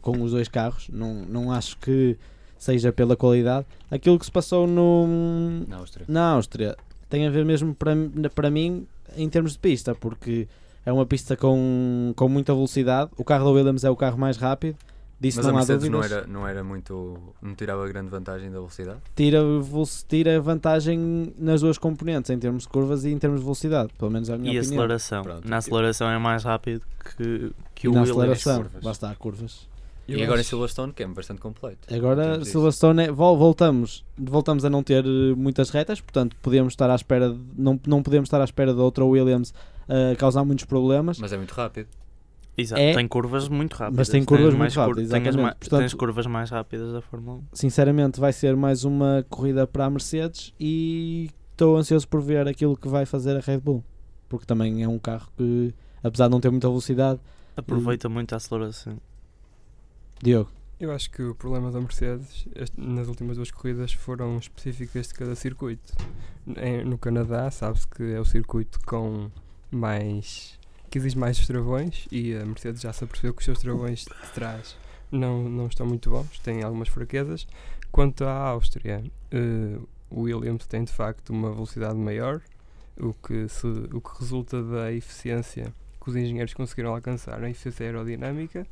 [SPEAKER 8] com os dois carros. Não, não acho que seja pela qualidade. Aquilo que se passou no,
[SPEAKER 1] Na Áustria.
[SPEAKER 8] na Áustria tem a ver mesmo para, para mim em termos de pista, porque é uma pista com, com muita velocidade. O carro da Williams é o carro mais rápido, disso
[SPEAKER 1] Mas a
[SPEAKER 8] não há
[SPEAKER 1] Mercedes
[SPEAKER 8] dúvidas.
[SPEAKER 1] não era, não era muito. não tirava grande vantagem da velocidade.
[SPEAKER 8] Tira, veloci- tira vantagem nas duas componentes, em termos de curvas e em termos de velocidade, pelo menos é a minha
[SPEAKER 6] E
[SPEAKER 8] opinião.
[SPEAKER 6] aceleração.
[SPEAKER 1] Pronto. tipo-
[SPEAKER 6] Na aceleração é mais rápido que, que
[SPEAKER 8] E
[SPEAKER 6] o
[SPEAKER 8] na
[SPEAKER 6] Williams.
[SPEAKER 8] aceleração,
[SPEAKER 1] curvas.
[SPEAKER 8] lá está, curvas.
[SPEAKER 1] e agora em Silverstone, que é bastante completo. Não
[SPEAKER 8] Agora
[SPEAKER 1] temos
[SPEAKER 8] Silverstone é- vol- voltamos, voltamos a não ter eh, muitas retas, portanto podemos estar à espera de- não, não podemos estar à espera de outra Williams a causar muitos problemas.
[SPEAKER 1] isso. Mas é muito rápido.
[SPEAKER 6] Exato,
[SPEAKER 8] É-
[SPEAKER 6] tem curvas muito rápidas.
[SPEAKER 8] Mas tem
[SPEAKER 6] tens
[SPEAKER 8] curvas muito
[SPEAKER 6] mais cur-
[SPEAKER 8] rápidas,
[SPEAKER 6] tem as
[SPEAKER 8] exatamente.
[SPEAKER 6] ma-
[SPEAKER 8] Portanto-
[SPEAKER 6] tens curvas mais rápidas da Fórmula 1.
[SPEAKER 8] sinceramente vai ser mais uma corrida para a Mercedes e estou ansioso por ver aquilo que vai fazer a Red Bull, porque também é um carro que, apesar de não ter muita velocidade,
[SPEAKER 6] Aproveita muito a aceleração.
[SPEAKER 1] é
[SPEAKER 8] Diogo,
[SPEAKER 7] Eu acho que o problema da Mercedes este- nas últimas duas corridas foram específicas de cada circuito. Em- no Canadá, sabe-se que é o circuito com mais. que exige mais travões e a Mercedes já se apercebeu que os seus travões de trás não, não estão muito bons, têm algumas fraquezas. Quanto à Áustria, eh, o Williams tem de facto uma velocidade maior, o que, se- o que resulta da eficiência que os engenheiros conseguiram alcançar, a eficiência aerodinâmica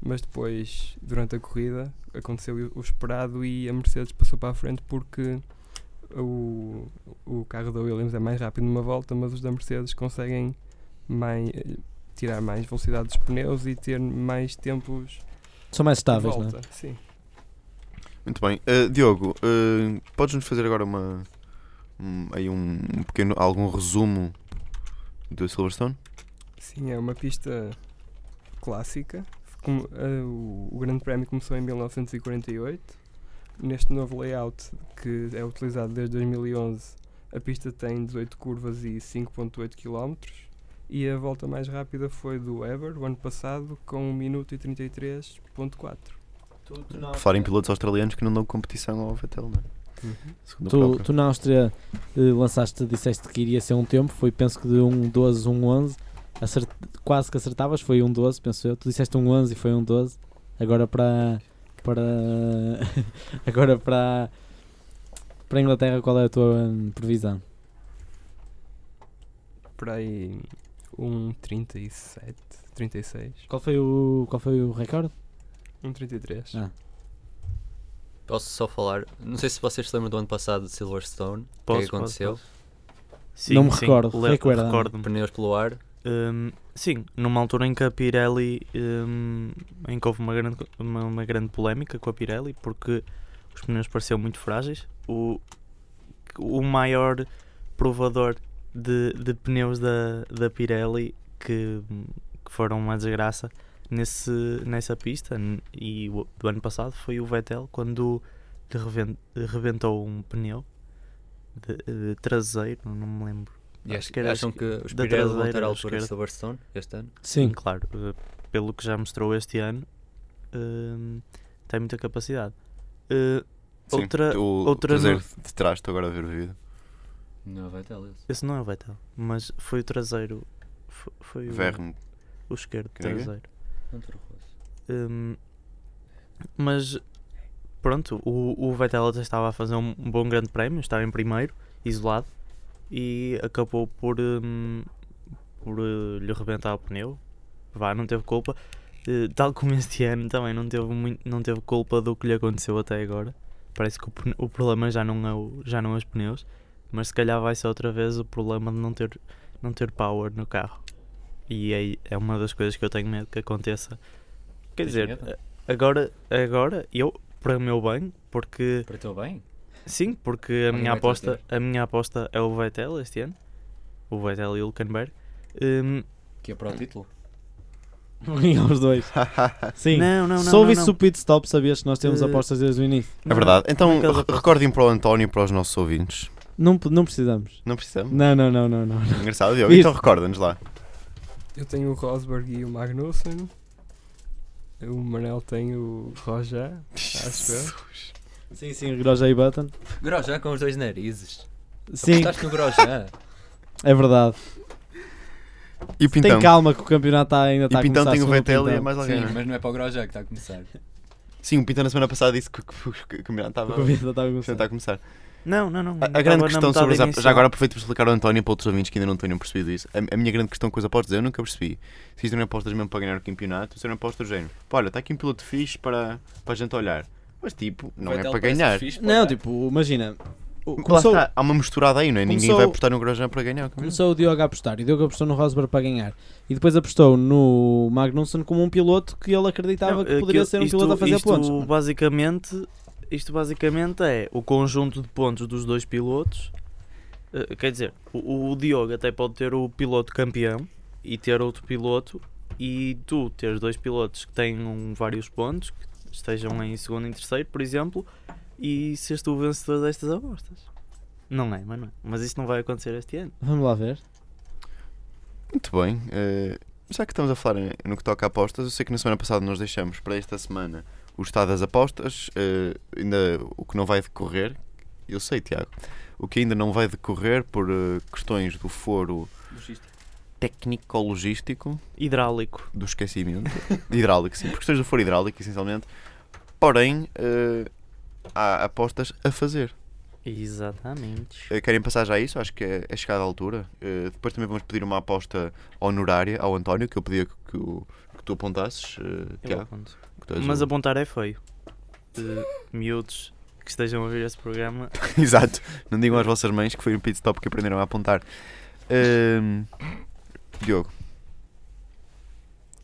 [SPEAKER 7] mas depois, durante a corrida, aconteceu o- o esperado e a Mercedes passou para a frente porque o, o carro da Williams é mais rápido numa volta, mas os da Mercedes conseguem mai- tirar mais velocidade dos pneus e ter mais tempos
[SPEAKER 8] são mais
[SPEAKER 7] de
[SPEAKER 8] estáveis, não
[SPEAKER 7] volta.
[SPEAKER 8] é?
[SPEAKER 7] Sim.
[SPEAKER 5] Muito bem. Eh, Diogo, eh, podes-nos fazer agora uma. um- aí um, um pequeno. algum resumo do Silverstone?
[SPEAKER 7] Sim, é uma pista clássica. Como, eh, o, o Grande Prémio começou em 1948. Neste novo layout, que é utilizado desde 2011, a pista tem 18 curvas e 5,8 km. E a volta mais rápida foi do Ever, o ano passado, com 1 minuto e 33,4.
[SPEAKER 5] Por falar em pilotos australianos que não dão competição ao Vettel, não é? Segundo o
[SPEAKER 8] Tu,
[SPEAKER 5] próprio.
[SPEAKER 8] tu na Áustria eh, lançaste, disseste que iria ser um tempo, foi penso que de um 12, um 11, acert- quase que acertavas, foi um 12, penso eu. Tu disseste um 11 e foi um 12. Agora para para agora para para a Inglaterra, qual é a tua hum, previsão?
[SPEAKER 7] Para aí, 1,37, 36,
[SPEAKER 8] Qual foi o qual foi o recorde?
[SPEAKER 7] 1,33.
[SPEAKER 8] Ah.
[SPEAKER 1] Posso só falar. Não sei se vocês se lembram do ano passado de Silverstone. O que é
[SPEAKER 6] Posso,
[SPEAKER 1] que aconteceu?
[SPEAKER 6] posso, Sim,
[SPEAKER 8] Não me
[SPEAKER 6] sim,
[SPEAKER 8] recordo,
[SPEAKER 6] le-
[SPEAKER 8] recorda-me.
[SPEAKER 6] recordo-me.
[SPEAKER 1] Pneus pelo ar.
[SPEAKER 6] Hum, sim, numa altura em que a Pirelli hum, em que houve uma grande, uma, uma grande polémica com a Pirelli porque os pneus pareciam muito frágeis. O, o maior provador de, de pneus da, da Pirelli que, hum, que foram uma desgraça nesse, nessa pista n- e o- do ano passado foi o Vettel quando lhe reven- rebentou um pneu de- eh, traseiro, não me lembro.
[SPEAKER 1] E
[SPEAKER 6] Acho
[SPEAKER 1] acho,
[SPEAKER 6] que era-
[SPEAKER 1] acham
[SPEAKER 6] acho
[SPEAKER 1] que os
[SPEAKER 6] da
[SPEAKER 1] Pirelli vão ter
[SPEAKER 6] traseira,
[SPEAKER 1] a
[SPEAKER 6] acho que
[SPEAKER 1] altura de
[SPEAKER 6] era.
[SPEAKER 1] Silverstone este ano?
[SPEAKER 8] Sim,
[SPEAKER 6] claro. eh, Pelo que já mostrou este ano, eh, tem muita capacidade. Eh,
[SPEAKER 5] Sim,
[SPEAKER 6] outra-
[SPEAKER 5] o
[SPEAKER 6] outra
[SPEAKER 5] traseiro de trás, estou agora a ver o vídeo.
[SPEAKER 1] Não, vai ter isso.
[SPEAKER 6] esse não é o Vettel, mas foi o traseiro. fo- Foi, o,
[SPEAKER 5] Verne.
[SPEAKER 6] o esquerdo
[SPEAKER 5] Quem é que é?
[SPEAKER 6] traseiro. Hum, mas pronto, o, o Vettel até estava a fazer um bom grande prémio, estava em primeiro, isolado, e acabou por, hum, por eh, lhe rebentar o pneu. Vá, não teve culpa. Eh, tal como este ano também não teve, muito, não teve culpa do que lhe aconteceu até agora. Parece que o, pne- o problema já não, é o, já não é os pneus, mas se calhar vai ser outra vez o problema de não ter, não ter power no carro. E é, é uma das coisas que eu tenho medo que aconteça Quer
[SPEAKER 1] Tens
[SPEAKER 6] dizer, eh,
[SPEAKER 1] medo?
[SPEAKER 6] agora, agora eu, para o meu bem, porque
[SPEAKER 1] Para teu bem?
[SPEAKER 6] sim, porque a
[SPEAKER 1] Alguém
[SPEAKER 6] minha
[SPEAKER 1] vai
[SPEAKER 6] aposta, a minha aposta é o Vettel este ano, o Vettel e o Hülkenberg. Hum,
[SPEAKER 1] Que é para o título.
[SPEAKER 8] ganhar os Um dois. Sim.
[SPEAKER 6] Não, não, não.
[SPEAKER 8] Se ouvisse
[SPEAKER 6] não,
[SPEAKER 8] o pit stop, sabias que nós temos
[SPEAKER 6] Eh,
[SPEAKER 8] apostas desde o início.
[SPEAKER 5] É verdade. Então,
[SPEAKER 6] Como é que eles
[SPEAKER 5] re-
[SPEAKER 6] apostam?
[SPEAKER 5] recordem para o António e para os nossos ouvintes.
[SPEAKER 8] Não, p- não precisamos.
[SPEAKER 5] Não precisamos.
[SPEAKER 8] Não, não, não, não, não.
[SPEAKER 5] Engraçado, Diogo.
[SPEAKER 8] Isto.
[SPEAKER 5] Então recorda-nos lá.
[SPEAKER 7] Eu tenho o Rosberg e o Magnussen. O Manel tem o Roger, acho eu.
[SPEAKER 8] Sim, sim, Grosjean e Button.
[SPEAKER 1] Grosjean com os dois narizes.
[SPEAKER 8] Sim,
[SPEAKER 1] Apostaste no Grosjean.
[SPEAKER 8] é verdade.
[SPEAKER 5] E o Pintão.
[SPEAKER 8] Tem calma que o campeonato tá- ainda
[SPEAKER 5] Então. e
[SPEAKER 8] está a
[SPEAKER 5] Pintão
[SPEAKER 8] começar.
[SPEAKER 5] tem o
[SPEAKER 8] segundo
[SPEAKER 5] Vettel e é
[SPEAKER 8] Pintão.
[SPEAKER 5] mais alguém.
[SPEAKER 1] Sim,
[SPEAKER 5] não é?
[SPEAKER 1] mas não é para o Grosjean que está a começar.
[SPEAKER 5] Sim, o Pinto na semana passada disse que, que, que, que o Miranda estava
[SPEAKER 8] O convidado estava a começar.
[SPEAKER 5] está a começar.
[SPEAKER 6] Não, não, não.
[SPEAKER 5] A, a grande questão sobre os app- Já agora aproveito para explicar ao António e para outros ouvintes que ainda não tenham percebido isso. A, a minha grande questão com os apostas eu nunca percebi. Se isto não é apostas mesmo para ganhar o campeonato, ou se eram apostas do género. Pá, olha, está aqui um piloto fixe para, para a gente olhar. Mas tipo, não é para ganhar.
[SPEAKER 8] Não, tipo, imagina. o-
[SPEAKER 5] Lá
[SPEAKER 8] Começou,
[SPEAKER 5] está, há uma misturada aí, não é? Ninguém
[SPEAKER 8] começou-
[SPEAKER 5] vai apostar no Grosjean para ganhar é o campeonato.
[SPEAKER 8] começou o Diogo a apostar e o Diogo apostou no Rosberg para ganhar. E depois apostou no Magnussen como um piloto que ele acreditava
[SPEAKER 6] Não,
[SPEAKER 8] que poderia
[SPEAKER 6] aquilo-
[SPEAKER 8] ser um
[SPEAKER 6] isto-
[SPEAKER 8] piloto a fazer
[SPEAKER 6] isto
[SPEAKER 8] pontos.
[SPEAKER 6] Basicamente, isto basicamente é o conjunto de pontos dos dois pilotos. Eh, quer dizer, o, o Diogo até pode ter o piloto campeão e ter outro piloto, e tu teres dois pilotos que tenham vários pontos, que estejam em segundo e terceiro, por exemplo, e seres tu o vencedor destas apostas. Não é, mas não é. Mas isso não vai acontecer este ano.
[SPEAKER 8] Vamos lá ver.
[SPEAKER 5] Muito bem. eh, já que estamos a falar em- no que toca a apostas, eu sei que na semana passada nós deixamos para esta semana o estado das apostas, eh, ainda o que não vai decorrer, eu sei, Tiago, o que ainda não vai decorrer por eh, questões do foro técnico-logístico
[SPEAKER 6] Hidráulico.
[SPEAKER 5] do esquecimento, hidráulico, sim, por questões do foro hidráulico, essencialmente, porém eh, há apostas a fazer.
[SPEAKER 6] Exatamente.
[SPEAKER 5] Eh, Querem passar já a isso? Acho que é, é chegada a altura. Eh, depois também vamos pedir uma aposta honorária ao António, que eu pedia que, que o- que tu apontasses, eh,
[SPEAKER 6] Eu
[SPEAKER 5] Tiago.
[SPEAKER 6] aponto.
[SPEAKER 5] que tu és
[SPEAKER 6] Mas
[SPEAKER 5] o-
[SPEAKER 6] apontar é feio. Eh, miúdos que estejam a ouvir esse programa.
[SPEAKER 5] Exato. Não digam às vossas mães que foi um pit stop que aprenderam a apontar. Ehm, Diogo,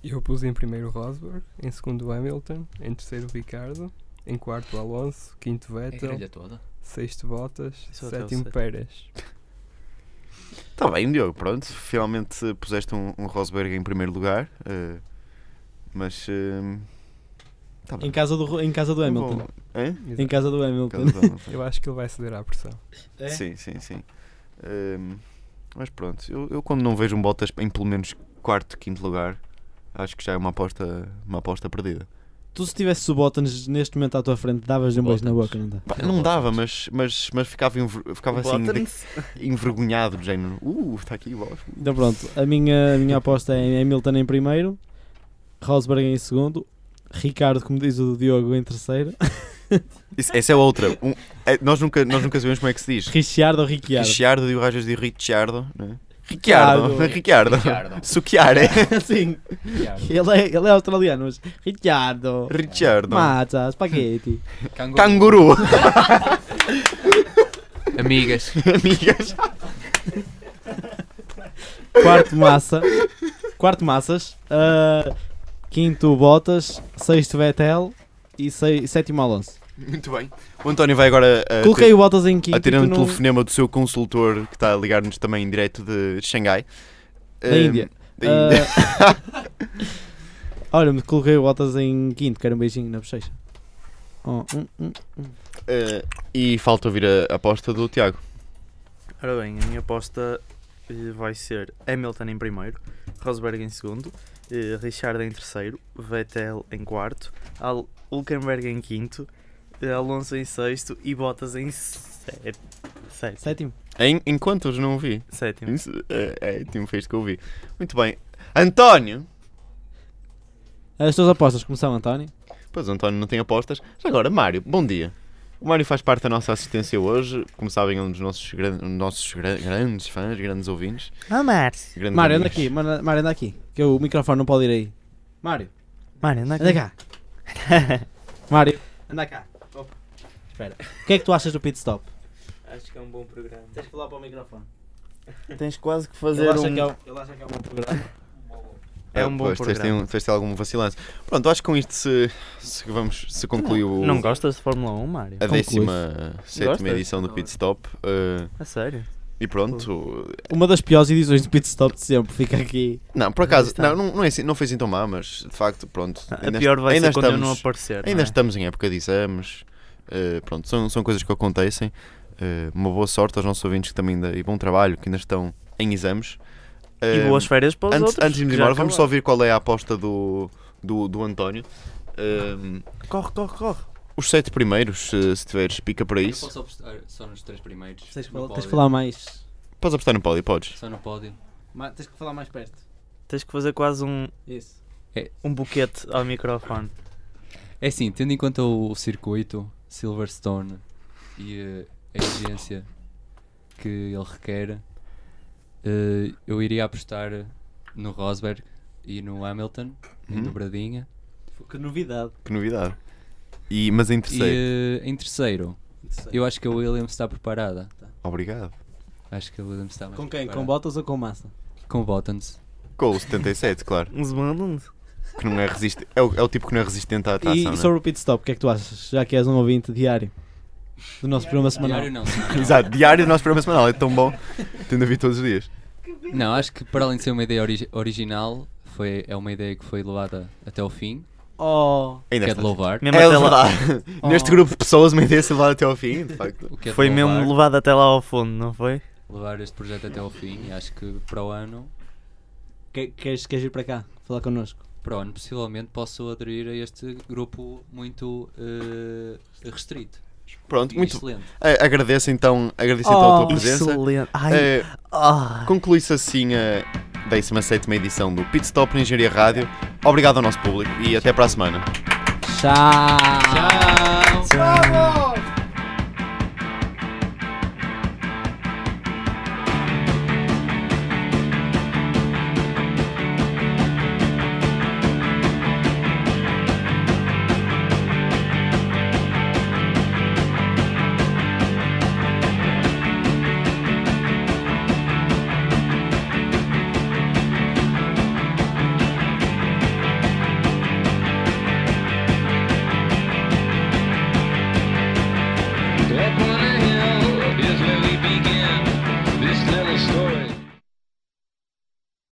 [SPEAKER 7] Eu pus em primeiro Rosberg, em segundo Hamilton, em terceiro Ricardo, em quarto Alonso, quinto
[SPEAKER 6] É
[SPEAKER 7] Vettel,
[SPEAKER 1] É toda.
[SPEAKER 7] sexto Bottas,
[SPEAKER 6] Isso até o
[SPEAKER 7] sétimo
[SPEAKER 6] sete.
[SPEAKER 7] Pérez.
[SPEAKER 5] está Tá bem, Diogo, pronto. Finalmente eh, puseste um, um Rosberg em primeiro lugar. eh, mas. ehm, tá bem.
[SPEAKER 8] Em casa do, em casa do
[SPEAKER 5] Não
[SPEAKER 8] Hamilton.
[SPEAKER 5] vou- Hã?
[SPEAKER 8] Em casa do Hamilton.
[SPEAKER 7] Eu acho que ele vai ceder à pressão.
[SPEAKER 8] É?
[SPEAKER 5] Sim, sim, sim. Ehm, mas pronto, eu, eu quando não vejo um Bottas em pelo menos quarto, quinto lugar, acho que já é uma aposta, uma aposta perdida.
[SPEAKER 8] Tu se tivesse o Bottas neste momento à tua frente, davas-lhe um beijo na
[SPEAKER 1] Bottas.
[SPEAKER 8] boca, não dá?
[SPEAKER 5] Pá,
[SPEAKER 1] Não,
[SPEAKER 5] não
[SPEAKER 1] Bottas.
[SPEAKER 5] dava, mas, mas, mas ficava, enver- ficava assim de- envergonhado, do género. Uh, está aqui o Bottas.
[SPEAKER 8] Então pronto, a minha, a minha aposta é Hamilton em primeiro, Rosberg em segundo, Ricardo, como diz o Diogo, em terceiro,
[SPEAKER 5] Isso- essa é outra. Um- é, nós, nunca, nós nunca sabemos como é que se diz.
[SPEAKER 8] Richard ou Ricciardo.
[SPEAKER 5] Ricciardo e o Rajas de Ricciardo. Né? Ricciardo.
[SPEAKER 8] Ricciardo.
[SPEAKER 5] Ricciardo. Suquiar, é?
[SPEAKER 8] Sim, ele é, ele é australiano, mas Ricciardo,
[SPEAKER 5] Ricciardo.
[SPEAKER 8] mata, spaghetti. Tá-
[SPEAKER 5] Canguru.
[SPEAKER 1] Amigas,
[SPEAKER 5] Amigas.
[SPEAKER 8] Quarto massa, quarto massas, ah, quinto Bottas, sexto Vettel e sei- sétimo Alonso.
[SPEAKER 5] Muito bem. O António vai agora. ah,
[SPEAKER 8] Coloquei o Bottas em quinto. e
[SPEAKER 5] Atirando o
[SPEAKER 8] tu é tipo, não-
[SPEAKER 5] telefonema do seu consultor que está a ligar-nos também em direto de Xangai.
[SPEAKER 8] Da
[SPEAKER 5] Ahm,
[SPEAKER 8] Índia.
[SPEAKER 5] é, da Índia.
[SPEAKER 8] Ah, Olha, me coloquei o Bottas em quinto, quero um beijinho na bochecha. Oh, hum, hum.
[SPEAKER 5] Ah, e falta ouvir a a aposta do Tiago.
[SPEAKER 6] Ora bem, a minha aposta eh, vai ser Hamilton em primeiro, Rosberg em segundo, eh, Richard em terceiro, Vettel em quarto, Al Hulkenberg em quinto, eh, Alonso em sexto e Bottas em sete- sete-
[SPEAKER 8] Sétimo.
[SPEAKER 5] Em, em quantos não ouvi?
[SPEAKER 6] sétimo.
[SPEAKER 5] Isso, é, é, tinha um feito que eu ouvi. Muito bem. António!
[SPEAKER 8] As tuas apostas, como são, António?
[SPEAKER 5] Pois o António não tem apostas. Já agora, Mário, bom dia. O Mário faz parte da nossa assistência hoje. Como sabem, é um dos nossos, gran- nossos gran- grandes fãs, grandes ouvintes.
[SPEAKER 6] Ah, Mário.
[SPEAKER 5] Grandes
[SPEAKER 8] Mário, anda
[SPEAKER 5] amigos.
[SPEAKER 8] aqui, Mário, Mário, anda aqui. Que o microfone não pode ir aí. Mário,
[SPEAKER 6] Mário, anda
[SPEAKER 8] anda cá. Mário, anda cá. Espera. O que é que tu achas do pit stop?
[SPEAKER 6] Acho que é um bom programa.
[SPEAKER 8] Tens que falar para o microfone.
[SPEAKER 6] Tens quase que
[SPEAKER 8] Ele
[SPEAKER 6] fazer
[SPEAKER 8] acha,
[SPEAKER 6] um...
[SPEAKER 8] que é um, ele acha que é um bom programa.
[SPEAKER 6] É um bom
[SPEAKER 5] pois, tens de ter
[SPEAKER 6] programa.
[SPEAKER 5] um- tens de ter algum vacilante. Pronto, acho que com isto se, se, vamos, se concluiu o-
[SPEAKER 6] Não gostas de Fórmula 1, Mário?
[SPEAKER 5] a
[SPEAKER 8] Conclui.
[SPEAKER 5] 17
[SPEAKER 6] Gostas?
[SPEAKER 5] edição do
[SPEAKER 6] é.
[SPEAKER 5] Pit Stop. eh,
[SPEAKER 6] A sério?
[SPEAKER 5] e pronto.
[SPEAKER 8] Uma das piores edições de pit stop de sempre. Fica aqui.
[SPEAKER 5] Não, por acaso,
[SPEAKER 6] Está.
[SPEAKER 5] não, não, não, é assim- não foi assim tão má, mas de facto, pronto.
[SPEAKER 6] Ah, A
[SPEAKER 5] ainda-
[SPEAKER 6] pior vai
[SPEAKER 5] ainda
[SPEAKER 6] ser quando eu não
[SPEAKER 5] estamos-
[SPEAKER 6] aparecer, não
[SPEAKER 5] Ainda
[SPEAKER 6] é?
[SPEAKER 5] estamos em época de exames. eh, pronto, são, são coisas que acontecem. Eh, uma boa sorte aos nossos ouvintes que também ainda, e bom trabalho que ainda estão em exames.
[SPEAKER 6] E
[SPEAKER 5] Eh,
[SPEAKER 6] boas férias para os
[SPEAKER 5] antes,
[SPEAKER 6] outros.
[SPEAKER 5] antes de
[SPEAKER 6] que
[SPEAKER 5] irmos
[SPEAKER 6] já
[SPEAKER 5] embora, vamos só
[SPEAKER 6] acabaram.
[SPEAKER 5] ouvir qual é a aposta do, do, do António. Eh,
[SPEAKER 6] Corre, corre, corre.
[SPEAKER 5] os sete primeiros, se, se tiveres pica para
[SPEAKER 1] eu
[SPEAKER 5] isso.
[SPEAKER 1] posso apostar só nos três primeiros.
[SPEAKER 8] Tens que
[SPEAKER 1] No
[SPEAKER 8] falar, tens que
[SPEAKER 1] pódio.
[SPEAKER 8] falar um- mais.
[SPEAKER 5] Podes apostar no pódio, podes.
[SPEAKER 1] Só no pódio.
[SPEAKER 8] ma- Tens que falar mais perto.
[SPEAKER 6] Tens que fazer quase um,
[SPEAKER 8] Isso.
[SPEAKER 6] um buquete ao microfone.
[SPEAKER 1] É assim, tendo em conta o, o circuito, Silverstone e eh, a exigência que ele requer, eh, eu iria apostar no Rosberg e no Hamilton, em
[SPEAKER 5] Uhum.
[SPEAKER 1] dobradinha.
[SPEAKER 8] Que novidade.
[SPEAKER 5] Que novidade. E, mas em
[SPEAKER 1] E
[SPEAKER 5] terceiro.
[SPEAKER 1] eh, em terceiro, eu acho que a Williams está preparada.
[SPEAKER 5] Obrigado.
[SPEAKER 1] Acho que a Williams está mais
[SPEAKER 8] Com quem? Com
[SPEAKER 1] preparada.
[SPEAKER 8] botas ou com massa?
[SPEAKER 1] Com o Bottas.
[SPEAKER 5] Com o 77, claro.
[SPEAKER 6] Uns mandam-nos.
[SPEAKER 5] Que não é resistente. É o, é o tipo que não é resistente à atração.
[SPEAKER 8] E
[SPEAKER 5] né?
[SPEAKER 8] sobre o pit stop, o que é que tu achas? Já que és um ouvinte diário do nosso programa semanal.
[SPEAKER 1] Diário não, semanal.
[SPEAKER 5] Exato, diário do nosso programa semanal. É tão bom. Tendo a vir todos os dias.
[SPEAKER 1] Não, acho que para além de ser uma ideia origi- original, foi, é uma ideia que foi levada até ao fim.
[SPEAKER 8] Oh,
[SPEAKER 5] Ainda
[SPEAKER 1] que é
[SPEAKER 5] está.
[SPEAKER 1] de louvar.
[SPEAKER 6] Mesmo
[SPEAKER 5] É
[SPEAKER 6] até lá- Oh.
[SPEAKER 5] verdade. Neste grupo de pessoas, uma ideia se levar até ao fim, de facto.
[SPEAKER 1] O que é de
[SPEAKER 6] Foi
[SPEAKER 1] louvar,
[SPEAKER 6] mesmo levado até lá ao fundo, não foi?
[SPEAKER 1] levar este projeto até ao fim e acho que para o ano,
[SPEAKER 8] que- queres, queres ir para cá? Falar connosco?
[SPEAKER 1] para o ano possivelmente posso aderir a este grupo muito eh, restrito.
[SPEAKER 5] Pronto,
[SPEAKER 1] E
[SPEAKER 5] muito.
[SPEAKER 1] Excelente.
[SPEAKER 5] a- Agradeço então, agradeço então
[SPEAKER 6] Oh,
[SPEAKER 5] a tua presença.
[SPEAKER 6] excelente. Ai,
[SPEAKER 5] Eh,
[SPEAKER 6] ah.
[SPEAKER 5] Conclui-se assim a 17 edição do Pit Stop na Engenharia Rádio. Obrigado ao nosso público e até para a semana.
[SPEAKER 8] Tchau!